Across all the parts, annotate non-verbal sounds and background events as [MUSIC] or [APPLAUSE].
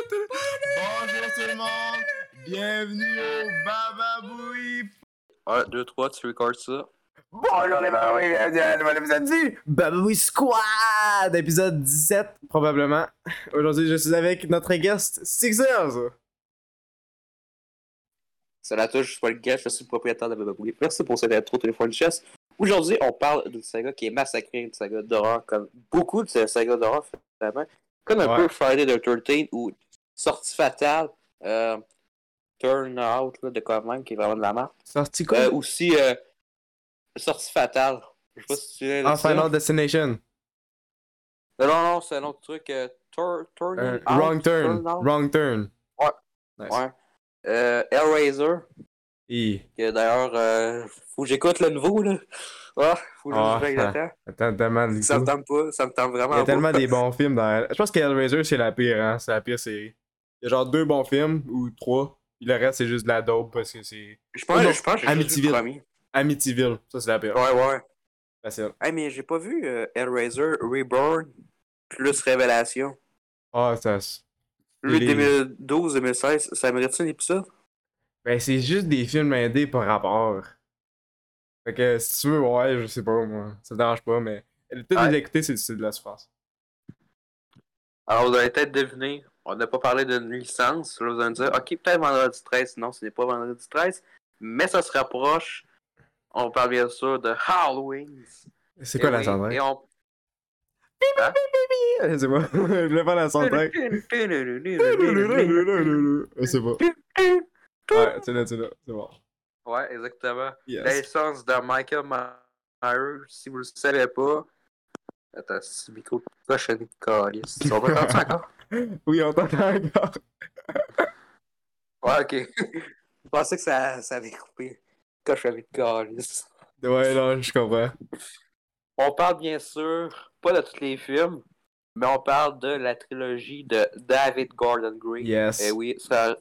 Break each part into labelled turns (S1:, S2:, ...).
S1: Bonjour tout le monde, bienvenue au Bababoui.
S2: 1, 2, 3, tu recordes ça.
S1: Bonjour les Bababoui, bienvenue à un nouvel épisode du Bababoui Squad, épisode 17 probablement. Aujourd'hui, je suis avec notre guest Sixers.
S2: C'est la touche, je suis pas le gars, je suis le propriétaire de Bababoui. Merci pour cette intro téléphone chasse. Aujourd'hui, on parle d'une saga qui est massacrée, une saga d'horreur, comme beaucoup de ces sagas d'horreur, finalement. Comme un
S1: Ouais.
S2: peu Friday the 13 ou Sortie Fatale, euh, Turn Out là, de quand même, qui est vraiment de la marque.
S1: Sorti quoi
S2: Euh, aussi, euh, Sortie Fatale. Je sais pas si tu l'as
S1: En Final Destination.
S2: Non, non, non, c'est un autre truc. euh, Tur- Turn
S1: Euh,
S2: Out,
S1: wrong turn.
S2: Turn Out.
S1: Wrong turn.
S2: Ouais.
S1: Nice.
S2: Ouais. Euh, Hellraiser.
S1: Hi.
S2: Que d'ailleurs, euh, faut que j'écoute le nouveau, là. Ouais, faut que
S1: Ah,
S2: je veille
S1: ah, [LAUGHS]
S2: le temps.
S1: Attends, tellement de-
S2: Ça me tente pas, ça me tente
S1: Il
S2: vraiment
S1: y a
S2: pas.
S1: tellement des bons films dans. Je pense que Hellraiser, c'est la pire, hein. C'est la pire série. Il y a genre deux bons films ou trois. Puis le reste, c'est juste de la dope parce que c'est.
S2: Je pense,
S1: Oh non,
S2: je pense que j'ai juste vu
S1: Amityville.
S2: le premier.
S1: Amityville. Ça, c'est la pire.
S2: Ouais, ouais.
S1: Facile.
S2: Hey, mais j'ai pas vu euh, Hellraiser Reborn plus Révélation.
S1: Ah, ça. s-
S2: Lui,
S1: Il est-
S2: 2012-2016, ça mérite un épisode?
S1: Ben, c'est juste des films indés par rapport. Fait que si tu veux, ouais, je sais pas, moi. Ça te dérange pas, mais. Le fait de
S2: Ouais.
S1: l'écouter, c'est c'est de la surface.
S2: Alors, vous avez peut-être deviné, on n'a pas parlé d'une licence. Là, vous allez me dire, ok, peut-être vendredi 13. Non, ce n'est pas vendredi 13, mais ça se rapproche. On parle bien sûr de Halloween.
S1: C'est quoi
S2: Eh
S1: la
S2: oui,
S1: soundtrack?
S2: Et on
S1: [LAUGHS] Je sais pas. [LAUGHS] je voulais faire la soundtrack. Je sais pas. Ouais, c'est là, c'est là. C'est bon.
S2: Ouais, exactement. La
S1: Yes.
S2: licence de Michael Myers, si vous le savez pas. Attends, c'est le micro de cochonné de calice. On va entendre ça encore?
S1: Oui, on t'entend encore.
S2: Ouais, ok. [LAUGHS] Je pensais que ça, ça avait coupé. Cochonné de calice.
S1: Ouais, non, je comprends.
S2: On parle bien sûr, pas de tous les films, mais on parle de la trilogie de David Gordon Green.
S1: Yes.
S2: Eh oui, ça...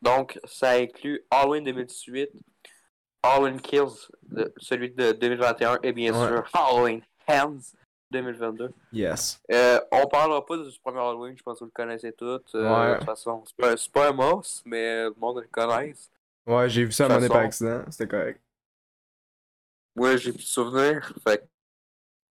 S2: donc ça inclut Halloween 2018, Halloween Kills, le- celui de 2021, et bien
S1: Ouais.
S2: sûr Halloween Hands 2022.
S1: Yes.
S2: Euh, on parlera pas du premier Halloween, je pense que vous le connaissez tous. euh,
S1: Ouais.
S2: De toute façon, c'est pas, c'est pas un monstre, mais le monde le connaît.
S1: Ouais, j'ai vu ça à un
S2: De
S1: moment donné par
S2: façon-
S1: accident. C'était correct.
S2: Moi, j'ai plus de souvenirs. Fait que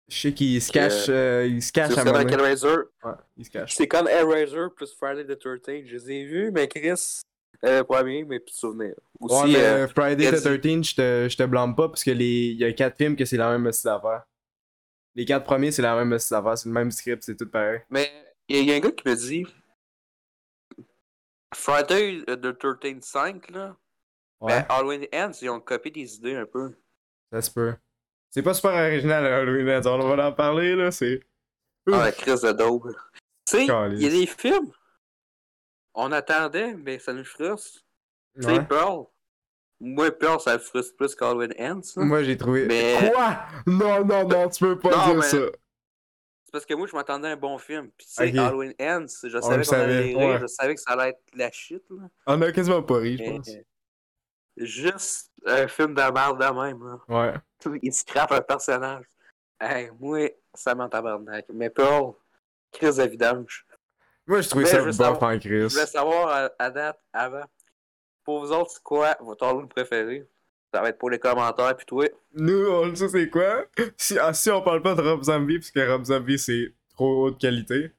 S1: Je sais qu'il se cache, euh, il se
S2: c'est
S1: cache à un
S2: comme
S1: moment donné.
S2: Hellraiser.
S1: Ouais, il se cache.
S2: C'est comme Hellraiser plus Friday the 13. Je les ai vus, mais Chris, euh, premier, mais plus de souvenirs. Aussi,
S1: ouais, mais
S2: euh,
S1: Friday the
S2: Freddy.
S1: 13, je te, je te blâme pas parce que les, il y a quatre films que c'est la même style d'affaires. Les quatre premiers, c'est la même style d'affaires. C'est le même script, c'est tout pareil.
S2: Mais il y, a un gars qui me dit Friday euh, the 13 5 là.
S1: Ouais,
S2: Ben, Halloween Ends, ils ont copié des idées un peu.
S1: ça se peut. C'est pas super original, Halloween. Ends, On va en parler, là. C'est. Ouf.
S2: Ah, la crise de daube. Tu sais, il y a
S1: Caliste.
S2: des films. On attendait, mais ça nous frustre. Tu sais,
S1: Ouais.
S2: Pearl. Moi, Pearl, ça me frustre plus qu'Halloween Ends. là.
S1: Moi, j'ai trouvé.
S2: Mais-
S1: Quoi Non, non, non, tu peux pas
S2: Non,
S1: dire
S2: mais-
S1: ça.
S2: C'est parce que moi, je m'attendais à un bon film. Puis, tu sais,
S1: Ok.
S2: Halloween Ends, je
S1: le
S2: savais qu'on allait
S1: savait,
S2: rire,
S1: ouais.
S2: je savais que ça allait être la shit, là.
S1: On a quasiment pas ri, je
S2: Mais,
S1: pense.
S2: euh, Juste un film de merde de même, là.
S1: Ouais.
S2: il scrape un personnage. Hey, moi, ça m'en tabarnak. Mais Pearl, crise de vidange.
S1: Moi, j'ai trouvé
S2: Mais
S1: ça
S2: je veux
S1: bof
S2: savoir-
S1: en
S2: Je
S1: Chris.
S2: voulais savoir à, à date, avant, pour vous autres, c'est quoi votre Halloween préféré? Ça va être pour les commentaires, puis
S1: Euh,
S2: toi.
S1: Nous, on le sait, c'est quoi? Si, ah, si on parle pas de Rob Zombie, parce que Rob Zombie, c'est trop haute qualité.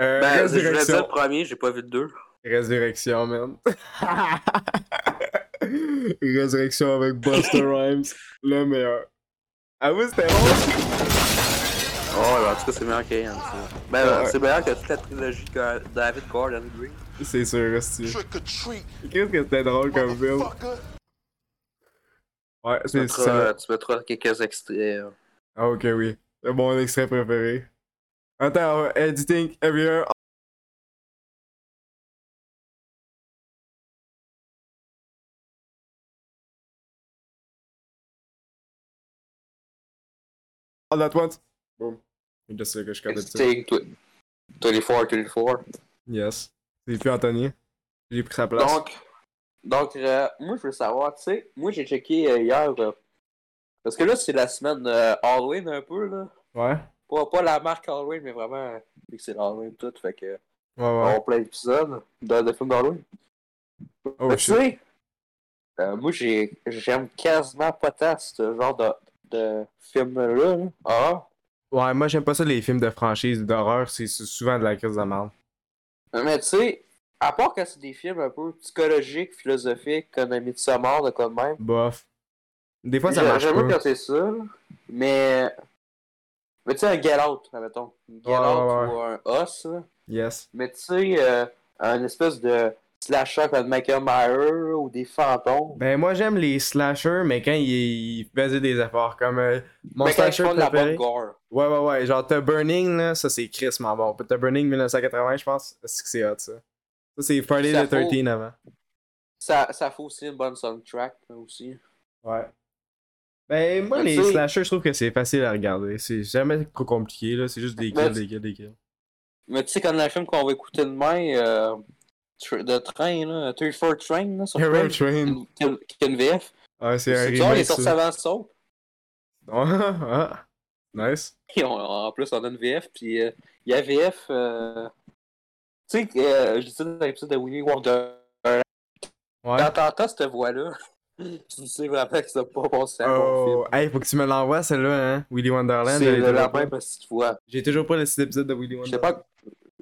S1: Euh,
S2: Ben, je voulais dire
S1: Résurrection.
S2: le premier, j'ai pas vu le deux.
S1: Résurrection, man. [LAUGHS] Résurrection avec
S2: [LAUGHS]
S1: Buster Rhymes, le meilleur. Ah oui, c'était bon?
S2: Oh, en tout cas, c'est meilleur que Hans, là. Ben,
S1: Ouais.
S2: c'est meilleur que toute la trilogie de David Gordon Green.
S1: C'est sûr, Rusty.
S3: Trick or treat,
S1: Qu'est-ce que c'était drôle comme film?
S3: motherfucker.
S1: Ouais,
S2: Tu
S1: c'est ça.
S2: mettras, tu mettras quelques extraits. euh.
S1: Ah, ok, oui. C'est mon extrait préféré. Attends, on va editing every year. All at once. Boom. Je sais que je suis capable de ça.
S2: Sting, tw- 24, 24.
S1: Yes. C'est plus Anthony. J'ai pris sa place.
S2: Donc, Donc, euh, moi, je veux savoir, tu sais, moi, j'ai checké euh, hier, euh, parce que là, c'est la semaine euh, Halloween un peu, là.
S1: Ouais.
S2: Pas, pas la marque Halloween, mais vraiment, euh, vu que c'est l'Halloween tout, fait que
S1: Ouais, ouais.
S2: on plein d'épisodes de, de films d'Halloween.
S1: Oh,
S2: Mais tu
S1: shit.
S2: sais, euh, moi, j'ai- j'aime quasiment pas tant ce genre de, de film-là, là. Ah,
S1: Ouais, moi j'aime pas ça les films de franchise d'horreur, c'est sou- souvent de la crise de merde.
S2: Mais tu sais, à part que c'est des films un peu psychologiques, philosophiques, comme Ami de sa mort, de quoi de même.
S1: Bof. Des fois ça
S2: J'a-
S1: marche
S2: J'avoue
S1: pas.
S2: que c'est ça, là. mais. Mais tu sais, un Get Out, admettons. Un Get
S1: Ouais,
S2: Out
S1: ouais,
S2: ou un Os, là.
S1: Yes.
S2: Mais tu sais, euh, un espèce de slasher comme Michael Myers là, ou des fantômes.
S1: Ben moi j'aime les slashers, mais quand ils, ils faisaient des efforts comme euh, mon
S2: mais quand ils
S1: slasher
S2: font de la bonne
S1: préféré.
S2: gore.
S1: Ouais ouais ouais, genre The Burning là, ça c'est crissement bon. The Burning 1980 je pense, c'est que c'est hot ça. Ça c'est Friday
S2: Ça
S1: the 13 avant.
S2: Ça, ça fait aussi une bonne soundtrack, là, aussi.
S1: Ouais. Ben moi
S2: Mais
S1: les
S2: tu sais-
S1: slashers je trouve que c'est facile à regarder, c'est jamais trop compliqué là, c'est juste des
S2: Mais
S1: kills, des kills, des kills.
S2: Mais tu sais, comme le film qu'on va écouter demain, euh, tr- de train, là, 34 Train, là, sur
S1: Hero
S2: Prime,
S1: Train.
S2: qui est une- qui est une VF.
S1: Ah c'est un
S2: C'est bizarre, il est
S1: remake
S2: sorti
S1: ça.
S2: avant Soap.
S1: Ah, [LAUGHS] ah. Nice.
S2: Et on- en plus, on a une VF, puis euh, il y a VF. euh, Tu sais, euh, je disais dans l'épisode de Willy Wonderland,
S1: Ouais.
S2: quand t'entends cette voix-là, [LAUGHS] tu sais vraiment que ça pas passé à mon film.
S1: Oh, hey, faut que tu me l'envoies celle-là, hein? Willy Wonderland.
S2: C'est
S1: j'avais
S2: la
S1: toujours
S2: la
S1: pas.
S2: même petite voix.
S1: J'ai toujours pas le site épisode de Willy
S2: Je sais
S1: Wonderland.
S2: pas.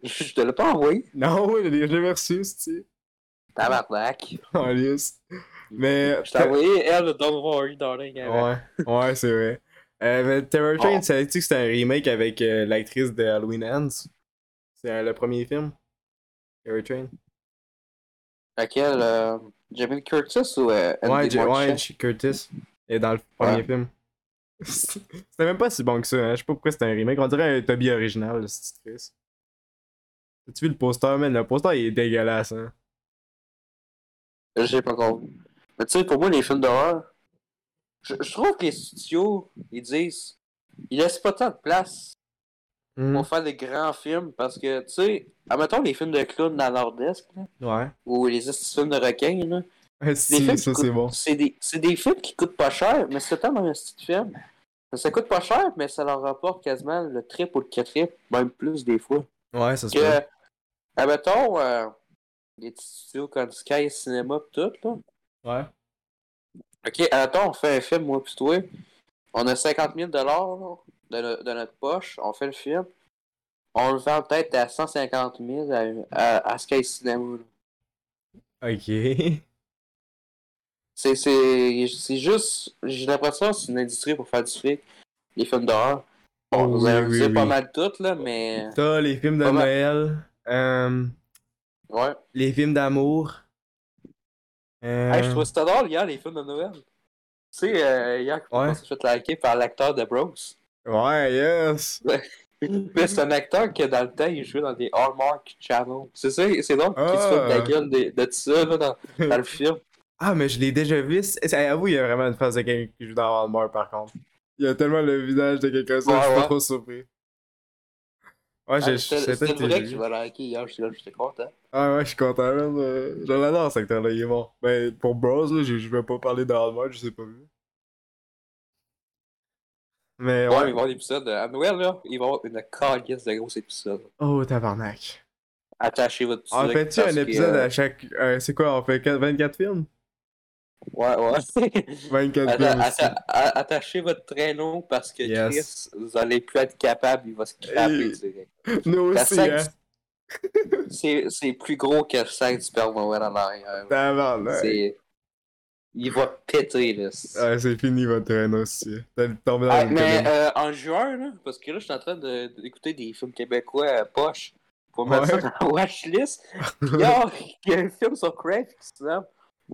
S2: Je te l'ai pas envoyé.
S1: Non, [LAUGHS] oui, je l'ai je l'ai reçu, c'est
S2: Tabarnak.
S1: [LAUGHS] en lice. Mais.
S2: Je t'ai envoyé elle de Don't Worry Darling. avant.
S1: Ouais, [LAUGHS] ouais, c'est vrai. Euh, mais Terror Train,
S2: Oh.
S1: savais-tu que c'était un remake avec euh, l'actrice de Halloween Ends? C'est euh, le premier film? Terror Train?
S2: Laquelle euh, Jamie Curtis ou euh,
S1: Ouais,
S2: Andy
S1: J- ouais,
S2: Marchand?
S1: J- Curtis est dans le premier film. [LAUGHS] c'était même pas si bon que ça, hein. je sais pas pourquoi c'était un remake. On dirait un Toby original, le Chris. T'as-tu vu le poster, man? Le poster il est dégueulasse, hein.
S2: J'ai pas compris. Mais tu sais, pour moi, les films d'horreur, je, je trouve que les studios, ils disent, ils laissent pas tant de place
S1: Mmh.
S2: pour faire des grands films parce que, tu sais, admettons les films de clowns dans nordeste là,
S1: Ouais.
S2: ou les estis films de requins, là, c'est
S1: [LAUGHS]
S2: des
S1: Si,
S2: films
S1: ça
S2: qui
S1: c'est
S2: coûtent-
S1: bon.
S2: c'est des, c'est des films qui coûtent pas cher, mais c'est tellement un petit film. Ça coûte pas cher, mais ça leur rapporte quasiment le triple ou le quadruple, même plus des fois.
S1: Ouais, ça se
S2: Que, admettons, euh, les petits studios comme Sky Cinema pis tout, là, [LAUGHS]
S1: Ouais.
S2: Ok, attends, on fait un film, moi pis toi. On a 50 000 là, de, no- de notre poche, on fait le film. On le vend peut-être à 150 000 à, à, à Sky Cinema. là.
S1: Ok.
S2: C'est, c'est, c'est juste, j'ai l'impression que c'est une industrie pour faire du fric, les films d'horreur. Bon,
S1: Oh,
S2: vous
S1: oui,
S2: allez me
S1: oui,
S2: dire pas
S1: oui.
S2: mal toutes, là, mais.
S1: T'as les films de
S2: Euh, Pas mal.
S1: Noël, euh,
S2: Ouais.
S1: les films d'amour. Euh...
S2: Hey, je trouve ça drôle hier, les films de Noël. Tu sais, euh, hier,
S1: Ouais.
S2: je me suis fait liker par l'acteur de Bros.
S1: Ouais, yes.
S2: Mais c'est un acteur qui, dans le temps, il jouait dans des Hallmark Channel. C'est ça, c'est donc qui se fout de la
S1: Ah.
S2: gueule de, de tout ça
S1: [LAUGHS]
S2: là, dans, dans le film.
S1: Ah, mais je l'ai déjà vu. C'est- c'est- Avoue, il y a vraiment une face de quelqu'un qui joue dans Walmart, par contre. Il y a tellement le visage de quelqu'un, ça,
S2: Ouais,
S1: je suis pas
S2: ouais.
S1: trop surpris. Ouais, je
S2: Ah,
S1: je
S2: C'était
S1: sais
S2: c'était
S1: pas
S2: le vrai
S1: si
S2: qui
S1: j'ai
S2: m'a liké hier, j'étais là, j'étais content.
S1: Ah ouais, je suis content, là. mais Je l'adore, cet acteur-là, il est bon. Mais pour Bros, là, je, je vais pas parler de Hallmark, je sais pas vu. Mais
S2: Ouais,
S1: Eh ouais.
S2: mais bon, l'épisode euh, à Noël, là, il va y avoir une calice de gros épisode.
S1: Oh, tabarnak.
S2: Attachez votre
S1: En
S2: sucre,
S1: fait-tu
S2: parce
S1: Ah, un
S2: que,
S1: épisode
S2: euh,
S1: à chaque. euh, c'est quoi, on fait 4- 24 films
S2: Ouais,
S1: [LAUGHS]
S2: ouais.
S1: 24 films.
S2: Atta-
S1: aussi.
S2: atta- a- attachez votre traîneau parce que
S1: Yes.
S2: Chris, vous allez plus être capable, il va se craper
S1: Et- [LAUGHS]
S2: direct.
S1: Nous
S2: La
S1: aussi,
S2: scène
S1: hein.
S2: du- C'est c'est plus gros que le sac du Père Noël en arrière.
S1: Tabarnak.
S2: C'est. Il va péter, là.
S1: Ouais, c'est fini votre traîneau aussi. T'as tombé dans
S2: Ah,
S1: Ah, une
S2: mais
S1: colline.
S2: euh, en juin, là, parce que là, je suis en train de- d'écouter des films québécois à poche pour mettre
S1: Ouais.
S2: ça dans la watchlist. euh, Yo, il y a un film sur Crave qui se nomme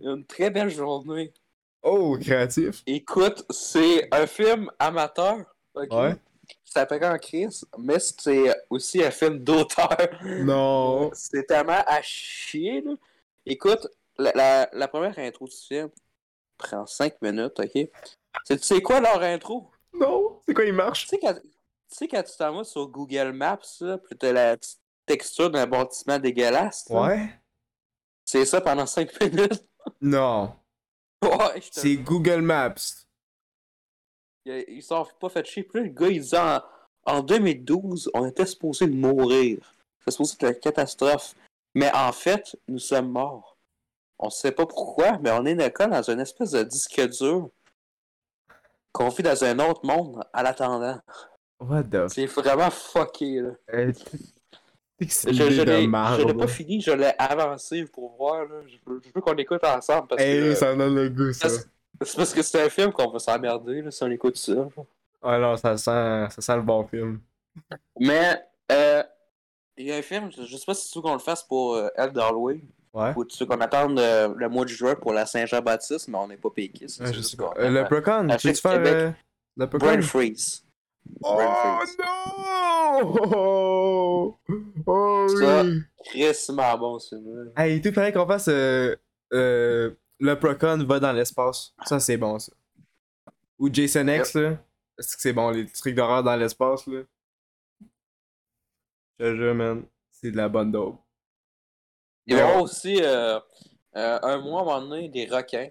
S2: Une très belle journée.
S1: [LAUGHS] Oh, créatif.
S2: Écoute, c'est un film amateur. ok?
S1: Ouais.
S2: Ça s'appelle en crise, mais c'est aussi un film d'auteur.
S1: Non.
S2: C'est tellement à chier, là. Écoute, la, la- la première intro du film prend 5 minutes, ok? C'est- Tu sais quoi leur intro?
S1: Non. C'est quoi, il
S2: Tu
S1: marche
S2: sais, quand tu sais, quand tu t'en vas sur Google Maps, là, pis t'as la petite texture d'un bâtiment dégueulasse, là,
S1: Ouais.
S2: c'est ça pendant 5 [LAUGHS] minutes.
S1: Non.
S2: Ouais, je te-
S1: C'est Google Maps.
S2: Il, il s'en fait pas fait chier. Puis là, le gars, il dit en, en 2012, on était supposé mourir. C'était supposé être la catastrophe. Mais en fait, nous sommes morts. On sait pas pourquoi, mais on est d'accord dans une espèce de disque dur qu'on vit dans un autre monde à l'attendant.
S1: What the f...
S2: C'est vraiment fucké, là.
S1: Eh, tu- tu sais que C'est
S2: Je,
S1: une
S2: je
S1: idée
S2: l'ai
S1: de
S2: je l'ai
S1: marbre.
S2: pas fini, je l'ai avancé pour voir, là. Je veux, je veux qu'on écoute ensemble parce
S1: Eh,
S2: que.
S1: ça donne le goût, ça.
S2: parce- C'est parce que c'est un film qu'on va s'emmerder, là, si on écoute ça. là.
S1: Ouais, non, ça sent, ça sent le bon film.
S2: Mais euh, il y a un film, je je sais pas si tu veux qu'on le fasse pour euh, El Darway
S1: Ouais.
S2: ou tu veux qu'on attende euh, le mois de juin pour la Saint-Jean-Baptiste, mais on n'est pas payé.
S1: Ouais, je sais pas. Euh, le Procon,
S2: à
S1: tu veux
S2: chaque
S1: faire
S2: Québec,
S1: euh, le Procon?
S2: Brain Freeze.
S1: Oh
S2: Brain
S1: non! Oh, [LAUGHS] oh
S2: Ça.
S1: oui!
S2: Crissement bon, c'est vrai.
S1: Hey, tout paraît qu'on fasse euh, euh, le Procon va dans l'espace. Ça, c'est bon, ça. Ou Jason X, là. Est-ce que c'est bon, les trucs d'horreur dans l'espace, là? Je te jure, man. C'est de la bonne dope.
S2: Il va y
S1: Ouais.
S2: avoir aussi euh, euh, un mois à un moment donné des requins.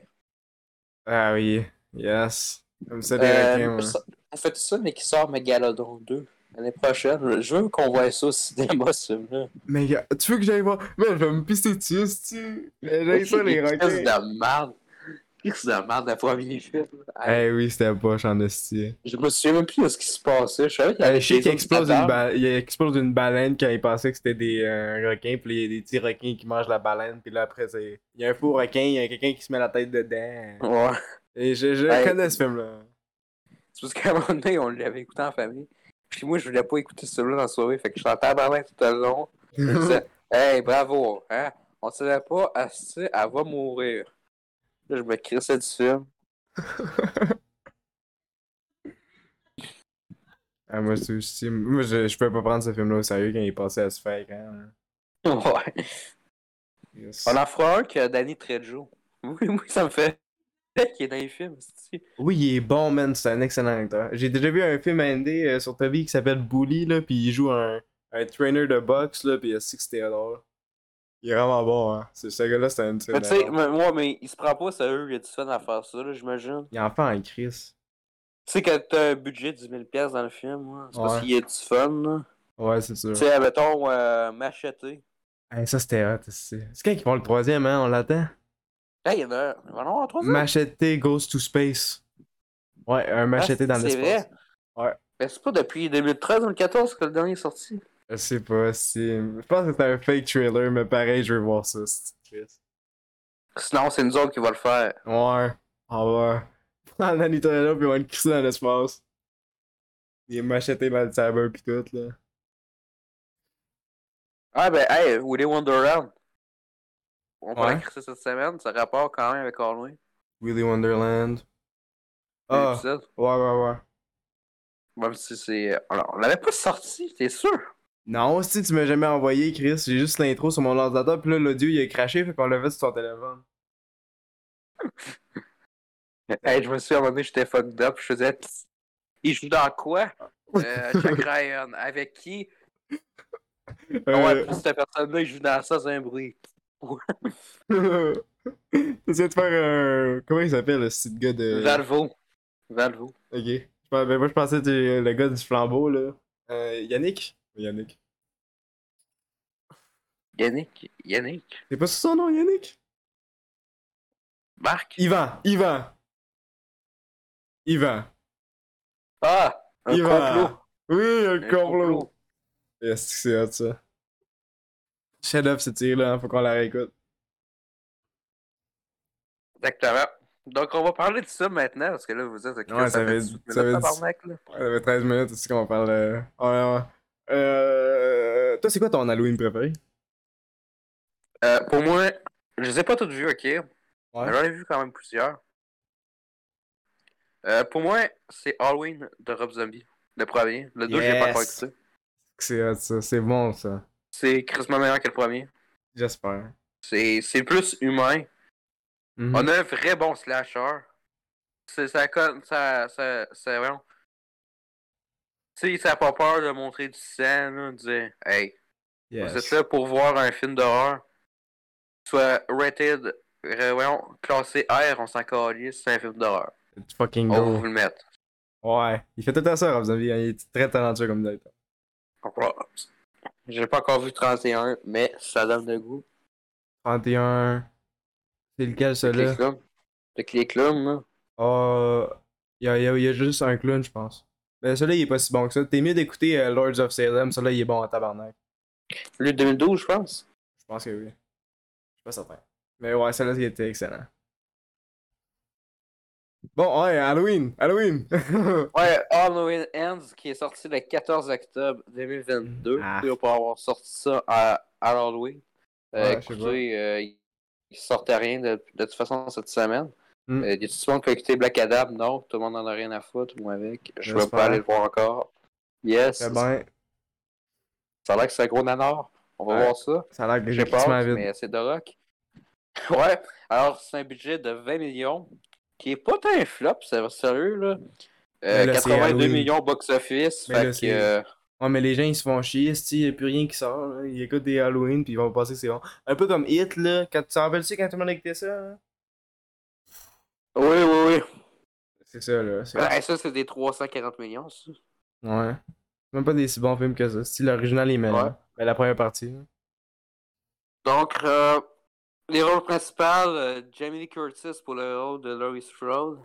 S1: Ah oui. Yes. Comme ça, des
S2: Euh,
S1: requins, moi.
S2: ça- on fait tout ça, mais qui sort Megalodon 2 l'année prochaine. Je veux qu'on voit ça au cinéma, ce
S1: [LAUGHS]
S2: film-là.
S1: Mais gars, tu veux que j'aille voir? Man, je vais me pisser dessus, si tu. J'ai ça, les
S2: Crise
S1: requins.
S2: de merde. Crise de merde, la première film.
S1: Eh oui, c'était poche en esti.
S2: Je me souviens même plus de ce qui se passait. Je savais qu'il y
S1: Euh,
S2: avait
S1: je sais
S2: des
S1: qu'il explose, une
S2: hommes
S1: ba- il explose une baleine quand il pensait que c'était des euh, requins, puis là, il y a des petits requins qui mangent la baleine, puis là après, c'est... il y a un faux requin, il y a quelqu'un qui se met la tête dedans.
S2: Ouais.
S1: Et je, je
S2: Hey.
S1: connais ce film-là.
S2: C'est parce qu'à un moment donné, on l'avait écouté en famille. Puis moi, je voulais pas écouter celui-là dans la soirée. Fait que je l'entends parler tout le
S1: [LAUGHS]
S2: long. Je disais, hey, bravo, hein. On savait pas, assez, elle va mourir. Là, je me crissais du film.
S1: ah, moi, c'est aussi- moi je, je peux pas prendre ce film-là au sérieux quand il passait à se faire. Hein.
S2: Ouais.
S1: Yes.
S2: On en fera un que Danny Trejo. [LAUGHS] Oui, oui, ça me fait. Qui est dans les films, c'est-tu?
S1: Oui, il est bon, man, c'est un excellent acteur. J'ai déjà vu un film indé euh, sur Toby qui s'appelle Bully, là, puis il joue un, un trainer de boxe, là, puis esti que c'était drôle. Il est vraiment bon, hein. Ce, ce gars-là, c'est un... c'est
S2: Mais
S1: un
S2: tu sais,
S1: bon.
S2: mais- moi, mais il se prend pas au sérieux, il y a du fun à faire ça, là, j'imagine.
S1: Il en fait en crise.
S2: Tu sais, quand t'as un budget de 10 000$ dans le film, là, c'est
S1: Ouais.
S2: parce qu'il y a du fun, là.
S1: Ouais, c'est sûr.
S2: Tu sais, mettons, euh, macheté.
S1: Hey, ça, c'était hot. C'est c'est quand qui prend le troisième, hein? On l'attend.
S2: Hey, il y en a un. Il va en avoir un troisième.
S1: Macheté goes to space. Ouais, un macheté
S2: Ah,
S1: dans
S2: c'est
S1: l'espace. Ouais.
S2: Mais c'est pas depuis 2013-2014 que le dernier est sorti.
S1: Je sais pas si. Je pense que c'est un fake trailer, mais pareil, je veux voir ça. c'est triste.
S2: Sinon, c'est nous autres qui va le faire.
S1: Ouais, on va prendre la Nutella puis on va le crisser dans l'espace. Il est macheté dans le cyber pis tout, là.
S2: Ah, ben, hey, Willy Wonderland. On va
S1: Ouais.
S2: la crisser cette semaine. Ça rapporte quand même avec Halloween.
S1: Willy Wonderland.
S2: Oh.
S1: Ah, ouais, ouais, ouais.
S2: Même si c'est. Alors, on l'avait pas sorti, t'es sûr?
S1: Non, si tu m'as jamais envoyé, Chris, j'ai juste l'intro sur mon ordinateur, puis là, l'audio il a craché, fait qu'on l'a fait sur ton téléphone.
S2: Hey, je me suis à un moment donné, j'étais fucked up. Je faisais. Psst. Il joue dans quoi?
S1: [LAUGHS]
S2: Euh, Jack Ryan. Avec qui? Ah
S1: Euh,
S2: Ouais, puis cette personne-là, il joue dans ça, c'est un bruit.
S1: [LAUGHS] J'essaie de faire un. Comment il s'appelle le petit gars de.
S2: Valvo. Valvo.
S1: Ok. Je pense- ben, moi, je pensais que c'était le gars du flambeau, là. Euh, Yannick Yannick.
S2: Yannick. Yannick.
S1: C'est pas son nom, Yannick
S2: Marc.
S1: Yvan Yvan Yvan
S2: Ah! Un complot.
S1: Yvan Oui,
S2: Un
S1: le complot
S2: complot.
S1: Est-ce que c'est hot, ça Shadow of cette série-là, hein, faut qu'on la réécoute.
S2: Exactement. Donc, on va parler de ça maintenant, parce que là, vous êtes occupé.
S1: Ouais, ça fait- ça fait- Ouais, ça fait 13 minutes aussi qu'on parle. Euh... ouais, ouais. Euh, Toi, c'est quoi ton Halloween préféré
S2: Euh, pour moi, je les ai pas toutes vues, ok? Mais J'en ai vu quand même plusieurs. Euh, pour moi, c'est Halloween de Rob Zombie, le premier. Le deux, je l'ai pas
S1: Yes.
S2: encore écouté.
S1: C'est hot, ça. C'est bon, ça.
S2: C'est crissement meilleur que le premier.
S1: J'espère.
S2: C'est c'est plus humain.
S1: Mhm.
S2: On a un vrai bon slasher. C'est ça colle- ça ça ça voyons. Tu sais, ça a pas peur de montrer du sang, là, de dire Hey,
S1: Yes.
S2: Vous êtes là pour voir un film d'horreur, soit rated euh, voyons, classé R, on s'en calisse, c'est un film d'horreur.
S1: Let's fucking
S2: On
S1: go.
S2: va vous le mettre.
S1: Ouais, il fait tout à ça, Rob Zombie. hein, Il est très talentueux comme directeur.
S2: On va- J'ai pas encore vu 31, mais ça donne le goût.
S1: 31. C'est lequel,
S2: Les
S1: celui-là?
S2: clowns. Fait que les clowns, là.
S1: Ah, il y a, il y a- il y a juste un clown, je pense. Mais celui-là, il est pas si bon que ça. T'es mieux d'écouter euh, Lords of Salem. Celui-là, il est bon en tabarnak.
S2: Lui, 2012, je pense.
S1: Je pense que oui. Je suis pas certain. Mais ouais, celui-là, il était excellent. Bon, ouais, Halloween! Halloween! [LAUGHS]
S2: Ouais, Halloween Ends, qui est sorti le 14 octobre 2022.
S1: Ah.
S2: Tu sais, Pour avoir sorti ça à, à Halloween. Euh,
S1: Ouais, je sais
S2: écoutez, euh, il- il sortait rien de, de toute façon cette semaine.
S1: Mm.
S2: Euh, y a tout le monde qui a écouté Black Adam? Non, tout le monde en a rien à foutre, moi avec. Je vais
S1: J'espère.
S2: pas aller le voir encore. Yes,
S1: Très bien.
S2: ça a l'air que c'est un gros nanar. On va
S1: Ouais.
S2: voir ça.
S1: Ça a l'air que
S2: Je
S1: j'ai
S2: sais
S1: pas
S2: pas,
S1: vite.
S2: mais c'est de rock. [LAUGHS] Ouais, alors c'est un budget de 20 millions, qui est pas tant un flop, c'est sérieux, là. Euh,
S1: Mais là, c'est
S2: 82
S1: Halloween.
S2: millions box-office,
S1: Mais
S2: fait
S1: là,
S2: que...
S1: c'est-
S2: euh,
S1: Ouais, mais les gens, ils se font chier, il n'y a plus rien qui sort. là. Ils écoutent des Halloween, puis ils vont penser que c'est bon. Un peu comme Hit, là. Quand, tu t'en rappelles-tu quand tout le monde écoutait ça? là?
S2: Oui, oui,
S1: C'est ça, là. c'est-
S2: oui. Ouais, ça, c'est des 340 millions, ça.
S1: Ouais. C'est Même pas des si bons films que ça. Si l'original est meilleur.
S2: Ouais.
S1: Mais la première partie. là.
S2: Donc, euh, les rôles principaux, euh, Jamie Lee Curtis pour le rôle de Laurie Strode,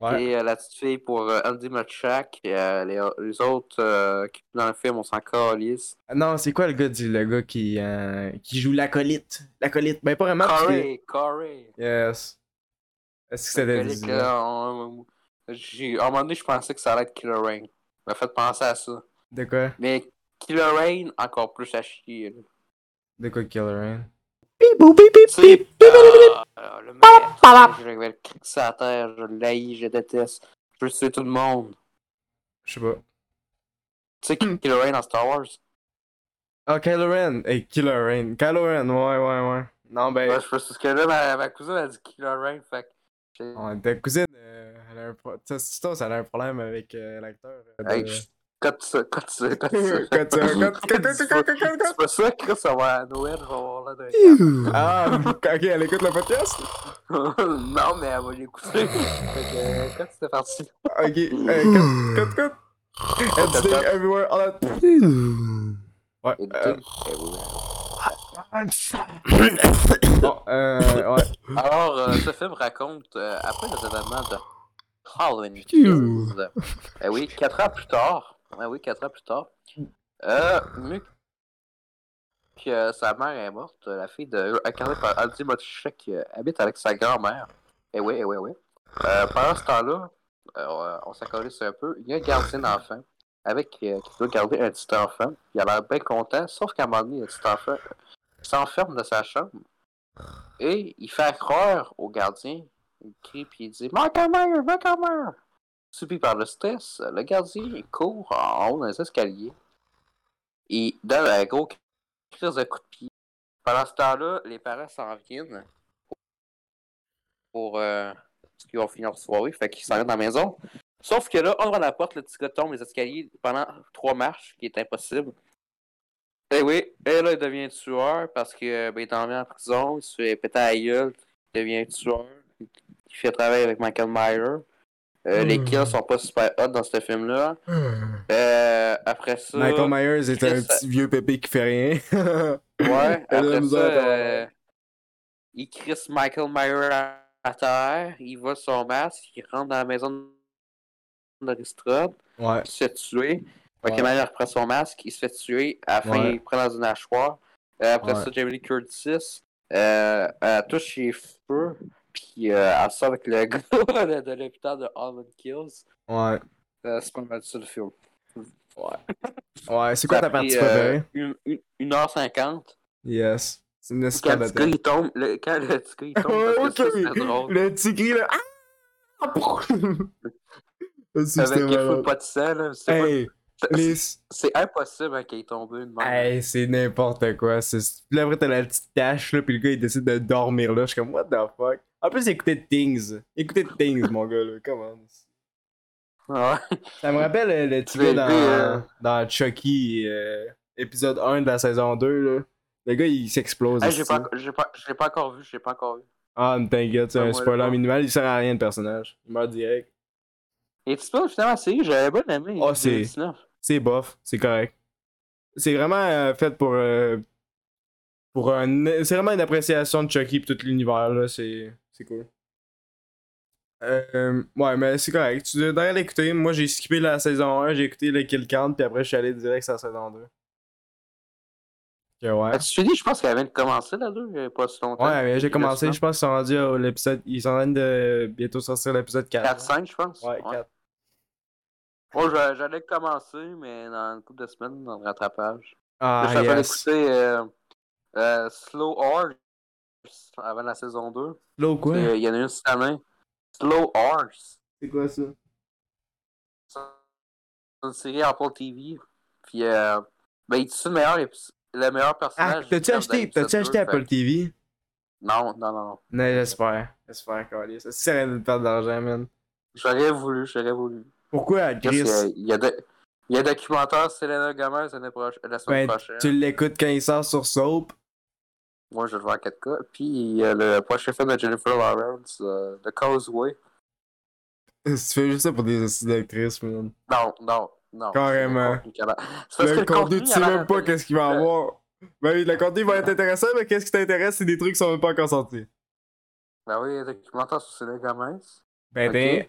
S1: Ouais.
S2: et euh, la petite fille pour euh, Andy Machak, et euh, les, les autres euh, qui dans le film, on s'en calisse.
S1: Ah Non, c'est quoi le gars, dit, le gars qui, euh, qui joue l'acolyte? L'acolyte. Ben, pas vraiment. parce que-
S2: Corey, Corey.
S1: Yes. Est-ce que c'était
S2: Collègue,
S1: Disney?
S2: euh, on- euh, j'ai- À un moment donné, je pensais que ça allait être Killer Rain. Ça m'a fait penser à ça.
S1: De quoi?
S2: Mais Killer Rain, encore plus à chier. là.
S1: De quoi Killer Rain?
S2: C'est- Ah, ah, le maître, Je vais le crisser à terre, je l'haïs, je déteste. Je veux tuer tout le monde.
S1: Ah, Je sais pas.
S2: Tu sais, Killer Rain dans Star Wars.
S1: Ah, Kylo Ren! Hey, Killer Rain. Kylo Ren, ouais, ouais, ouais. Non, ben.
S2: Ouais, je pense que là, ma, ma cousine a dit Killer Rain, fait que j'ai-
S1: Ouais, ta cousine, euh, elle a un pro... ça, c'est ça, elle a un problème avec euh, l'acteur. euh, de-
S2: Hey, je- Cote ça, cote ça, cote ça.
S1: [LAUGHS] Cote ça, cote- cote- cote- cote- cote- cote-
S2: C'est pas ça, Chris, ça va à Noël, je vais avoir là d'un.
S1: Ah, [LAUGHS] ok, elle écoute le podcast?
S2: [LAUGHS] non, mais euh, elle va l'écouter. [LAUGHS] fait que, quand c'était parti.
S1: Ok,
S2: Hmm.
S1: euh, cote, cote, cote. Everything, everywhere, all at- Ouais, euh,
S2: Eh
S1: bon, euh,
S2: [LAUGHS]
S1: ouais.
S2: Alors, euh, ce film raconte, euh, après les événements de Halloween Kills, eh oui, quatre ans plus tard, eh oui, quatre ans plus tard, euh, mieux que sa mère est morte, la fille de, incarnée par Andy Motchek, qui habite avec sa grand-mère. Eh oui, eh oui, eh oui. Euh, pendant ce temps-là, euh, on s'accordisse un peu, il y a un gardien d'enfant avec, euh, qui doit garder un petit enfant. Il a l'air bien content, sauf qu'à un moment donné, le petit enfant euh, s'enferme dans sa chambre. Et il fait croire au gardien. Il crie puis il dit Ma grand-mère, ma grand-mère Subi par le stress, le gardien il court en haut dans les escaliers. Il donne un gros crise de coup de pied. Pendant ce temps-là, les parents s'en viennent pour. euh, parce qu'ils vont finir leur soirée, fait qu'ils s'en viennent dans la maison. Sauf que là, on la porte, le petit gars tombe les escaliers pendant trois marches, ce qui est impossible. Eh oui, et là, il devient tueur parce que ben, il est enlevé en prison, il se fait péter à la gueule, il devient tueur, il fait travailler avec Michael Myers. Euh, Les
S1: Hmm.
S2: kills sont pas super hot dans ce film-là. Euh, après ça.
S1: Michael Myers est un
S2: Chris,
S1: petit vieux pépé qui fait rien. [LAUGHS]
S2: Ouais,
S1: Elle a
S2: après
S1: la
S2: ça,
S1: misère à t'avoir.
S2: euh, il crisse Michael Myers à, à terre, il va son masque, il rentre dans la maison de Ristrod,
S1: Ouais.
S2: il se fait tuer. Michael
S1: Ouais.
S2: Myers reprend son masque, il se fait tuer, à la fin
S1: Ouais.
S2: il prend dans une hachoir. Euh, après
S1: Ouais.
S2: ça, Jamie Lee Curtis, euh, elle touche ses feux, puis euh, elle sort avec le [LAUGHS] gars de, de l'hôpital de Almond Kills.
S1: Ouais.
S2: Euh, c'est pas mal ça le film.
S1: Ouais, c'est quoi
S2: Ça
S1: ta
S2: a
S1: partie
S2: pris, euh,
S1: préférée?
S2: une- une- une heure cinquante.
S1: Yes. C'est une
S2: Quand
S1: escalade.
S2: le petit gars il tombe, le, quand le petit gars
S1: [LAUGHS]
S2: il tombe, parce que ça, c'est drôle.
S1: Le petit cri, là.
S2: [LAUGHS]
S1: Ah! [LAUGHS] Ça, c'est-
S2: Avec
S1: c'était
S2: il faut
S1: malade.
S2: pas de sang, là. C'est pas-
S1: Hey,
S2: c'est-
S1: les...
S2: c'est impossible hein, qu'il est tombé une merde.
S1: hey c'est n'importe quoi. c'est- Puis là, après, t'as la petite tache, là, puis le gars, il décide de dormir, là. Je suis comme, what the fuck? En plus, écoutez Things. Écoutez Things, mon gars, là. Comment?
S2: Ah Ouais.
S1: Ça me rappelle euh, le petit
S2: Tu
S1: gars
S2: l'as été,
S1: dans,
S2: euh,
S1: dans Chucky, euh, épisode 1 de la saison 2, là. Le gars, il s'explose.
S2: Hey, j'ai
S1: esti.
S2: pas, j'ai pas, je l'ai pas encore vu, je l'ai pas encore vu.
S1: Ah, mais t'inquiète, c'est
S2: Ouais,
S1: un
S2: moi, là,
S1: spoiler
S2: pas.
S1: minimal, il sert à rien le personnage. Il meurt direct.
S2: Et tu pas finalement la série, j'avais bien aimé.
S1: Ah, c'est-
S2: 2019.
S1: C'est bof, c'est correct. C'est vraiment euh, fait pour. euh, pour un. C'est vraiment une appréciation de Chucky et tout l'univers, là. C'est c'est cool. Euh, ouais, mais c'est correct. Tu devrais l'écouter. Moi, j'ai skippé la saison 1, j'ai écouté le Kill Count, puis après, je suis allé direct sur la saison 2. Ok, ouais.
S2: Ah, tu te dis, je pense qu'elle vient de commencer la deux, il y a pas si longtemps.
S1: Ouais, mais j'ai commencé, je pense qu'ils sont rendus à l'épisode. Ils sont en train de bientôt sortir l'épisode 4.
S2: 4-5, je pense.
S1: Ouais, 4.
S2: Moi, j'a- j'allais commencer, mais dans une couple de semaines, dans le rattrapage. Là,
S1: Ah,
S2: je t'avais
S1: yes.
S2: écouté euh, euh, Slow Horse avant la saison 2.
S1: L'eau, quoi?
S2: Euh, Il y en a une cette année. Slow Horse.
S1: C'est quoi ça?
S2: C'est une série Apple TV. Puis, euh, ben, il tue le meilleur, épis- le meilleur
S1: Ah,
S2: personnage.
S1: t'as-tu acheté, t'as-tu acheté Apple TV?
S2: Non, non, non. non.
S1: Non, j'espère. J'espère, Carlis. Ça sert à rien de perdre d'argent, man.
S2: J'aurais voulu, j'aurais voulu.
S1: Pourquoi,
S2: Parce
S1: Chris?
S2: que, euh, Il y a, de- il y a documentaire Selena Gomez l'année proche- la semaine
S1: Ben,
S2: prochaine.
S1: tu l'écoutes quand il sort sur Soap? [LAUGHS]
S2: Moi, je le vois en 4K. Puis, il y a le prochain film de Jennifer Lawrence, euh, The Causeway.
S1: tu fais juste ça pour des assises d'actrices, man.
S2: Non, non, non.
S1: Carrément.
S2: C'est le contenu qu'elle a- C'est parce que
S1: Le contenu, tu sais
S2: elle a-
S1: même pas qu'est-ce qu'il va
S2: euh,
S1: avoir. Ben oui, le contenu va être intéressant, mais qu'est-ce qui t'intéresse, c'est des trucs qui sont même pas encore sortis.
S2: Ben oui, il y a un documentaire sur Selena Gomez.
S1: Ben,
S2: Ok.
S1: ben.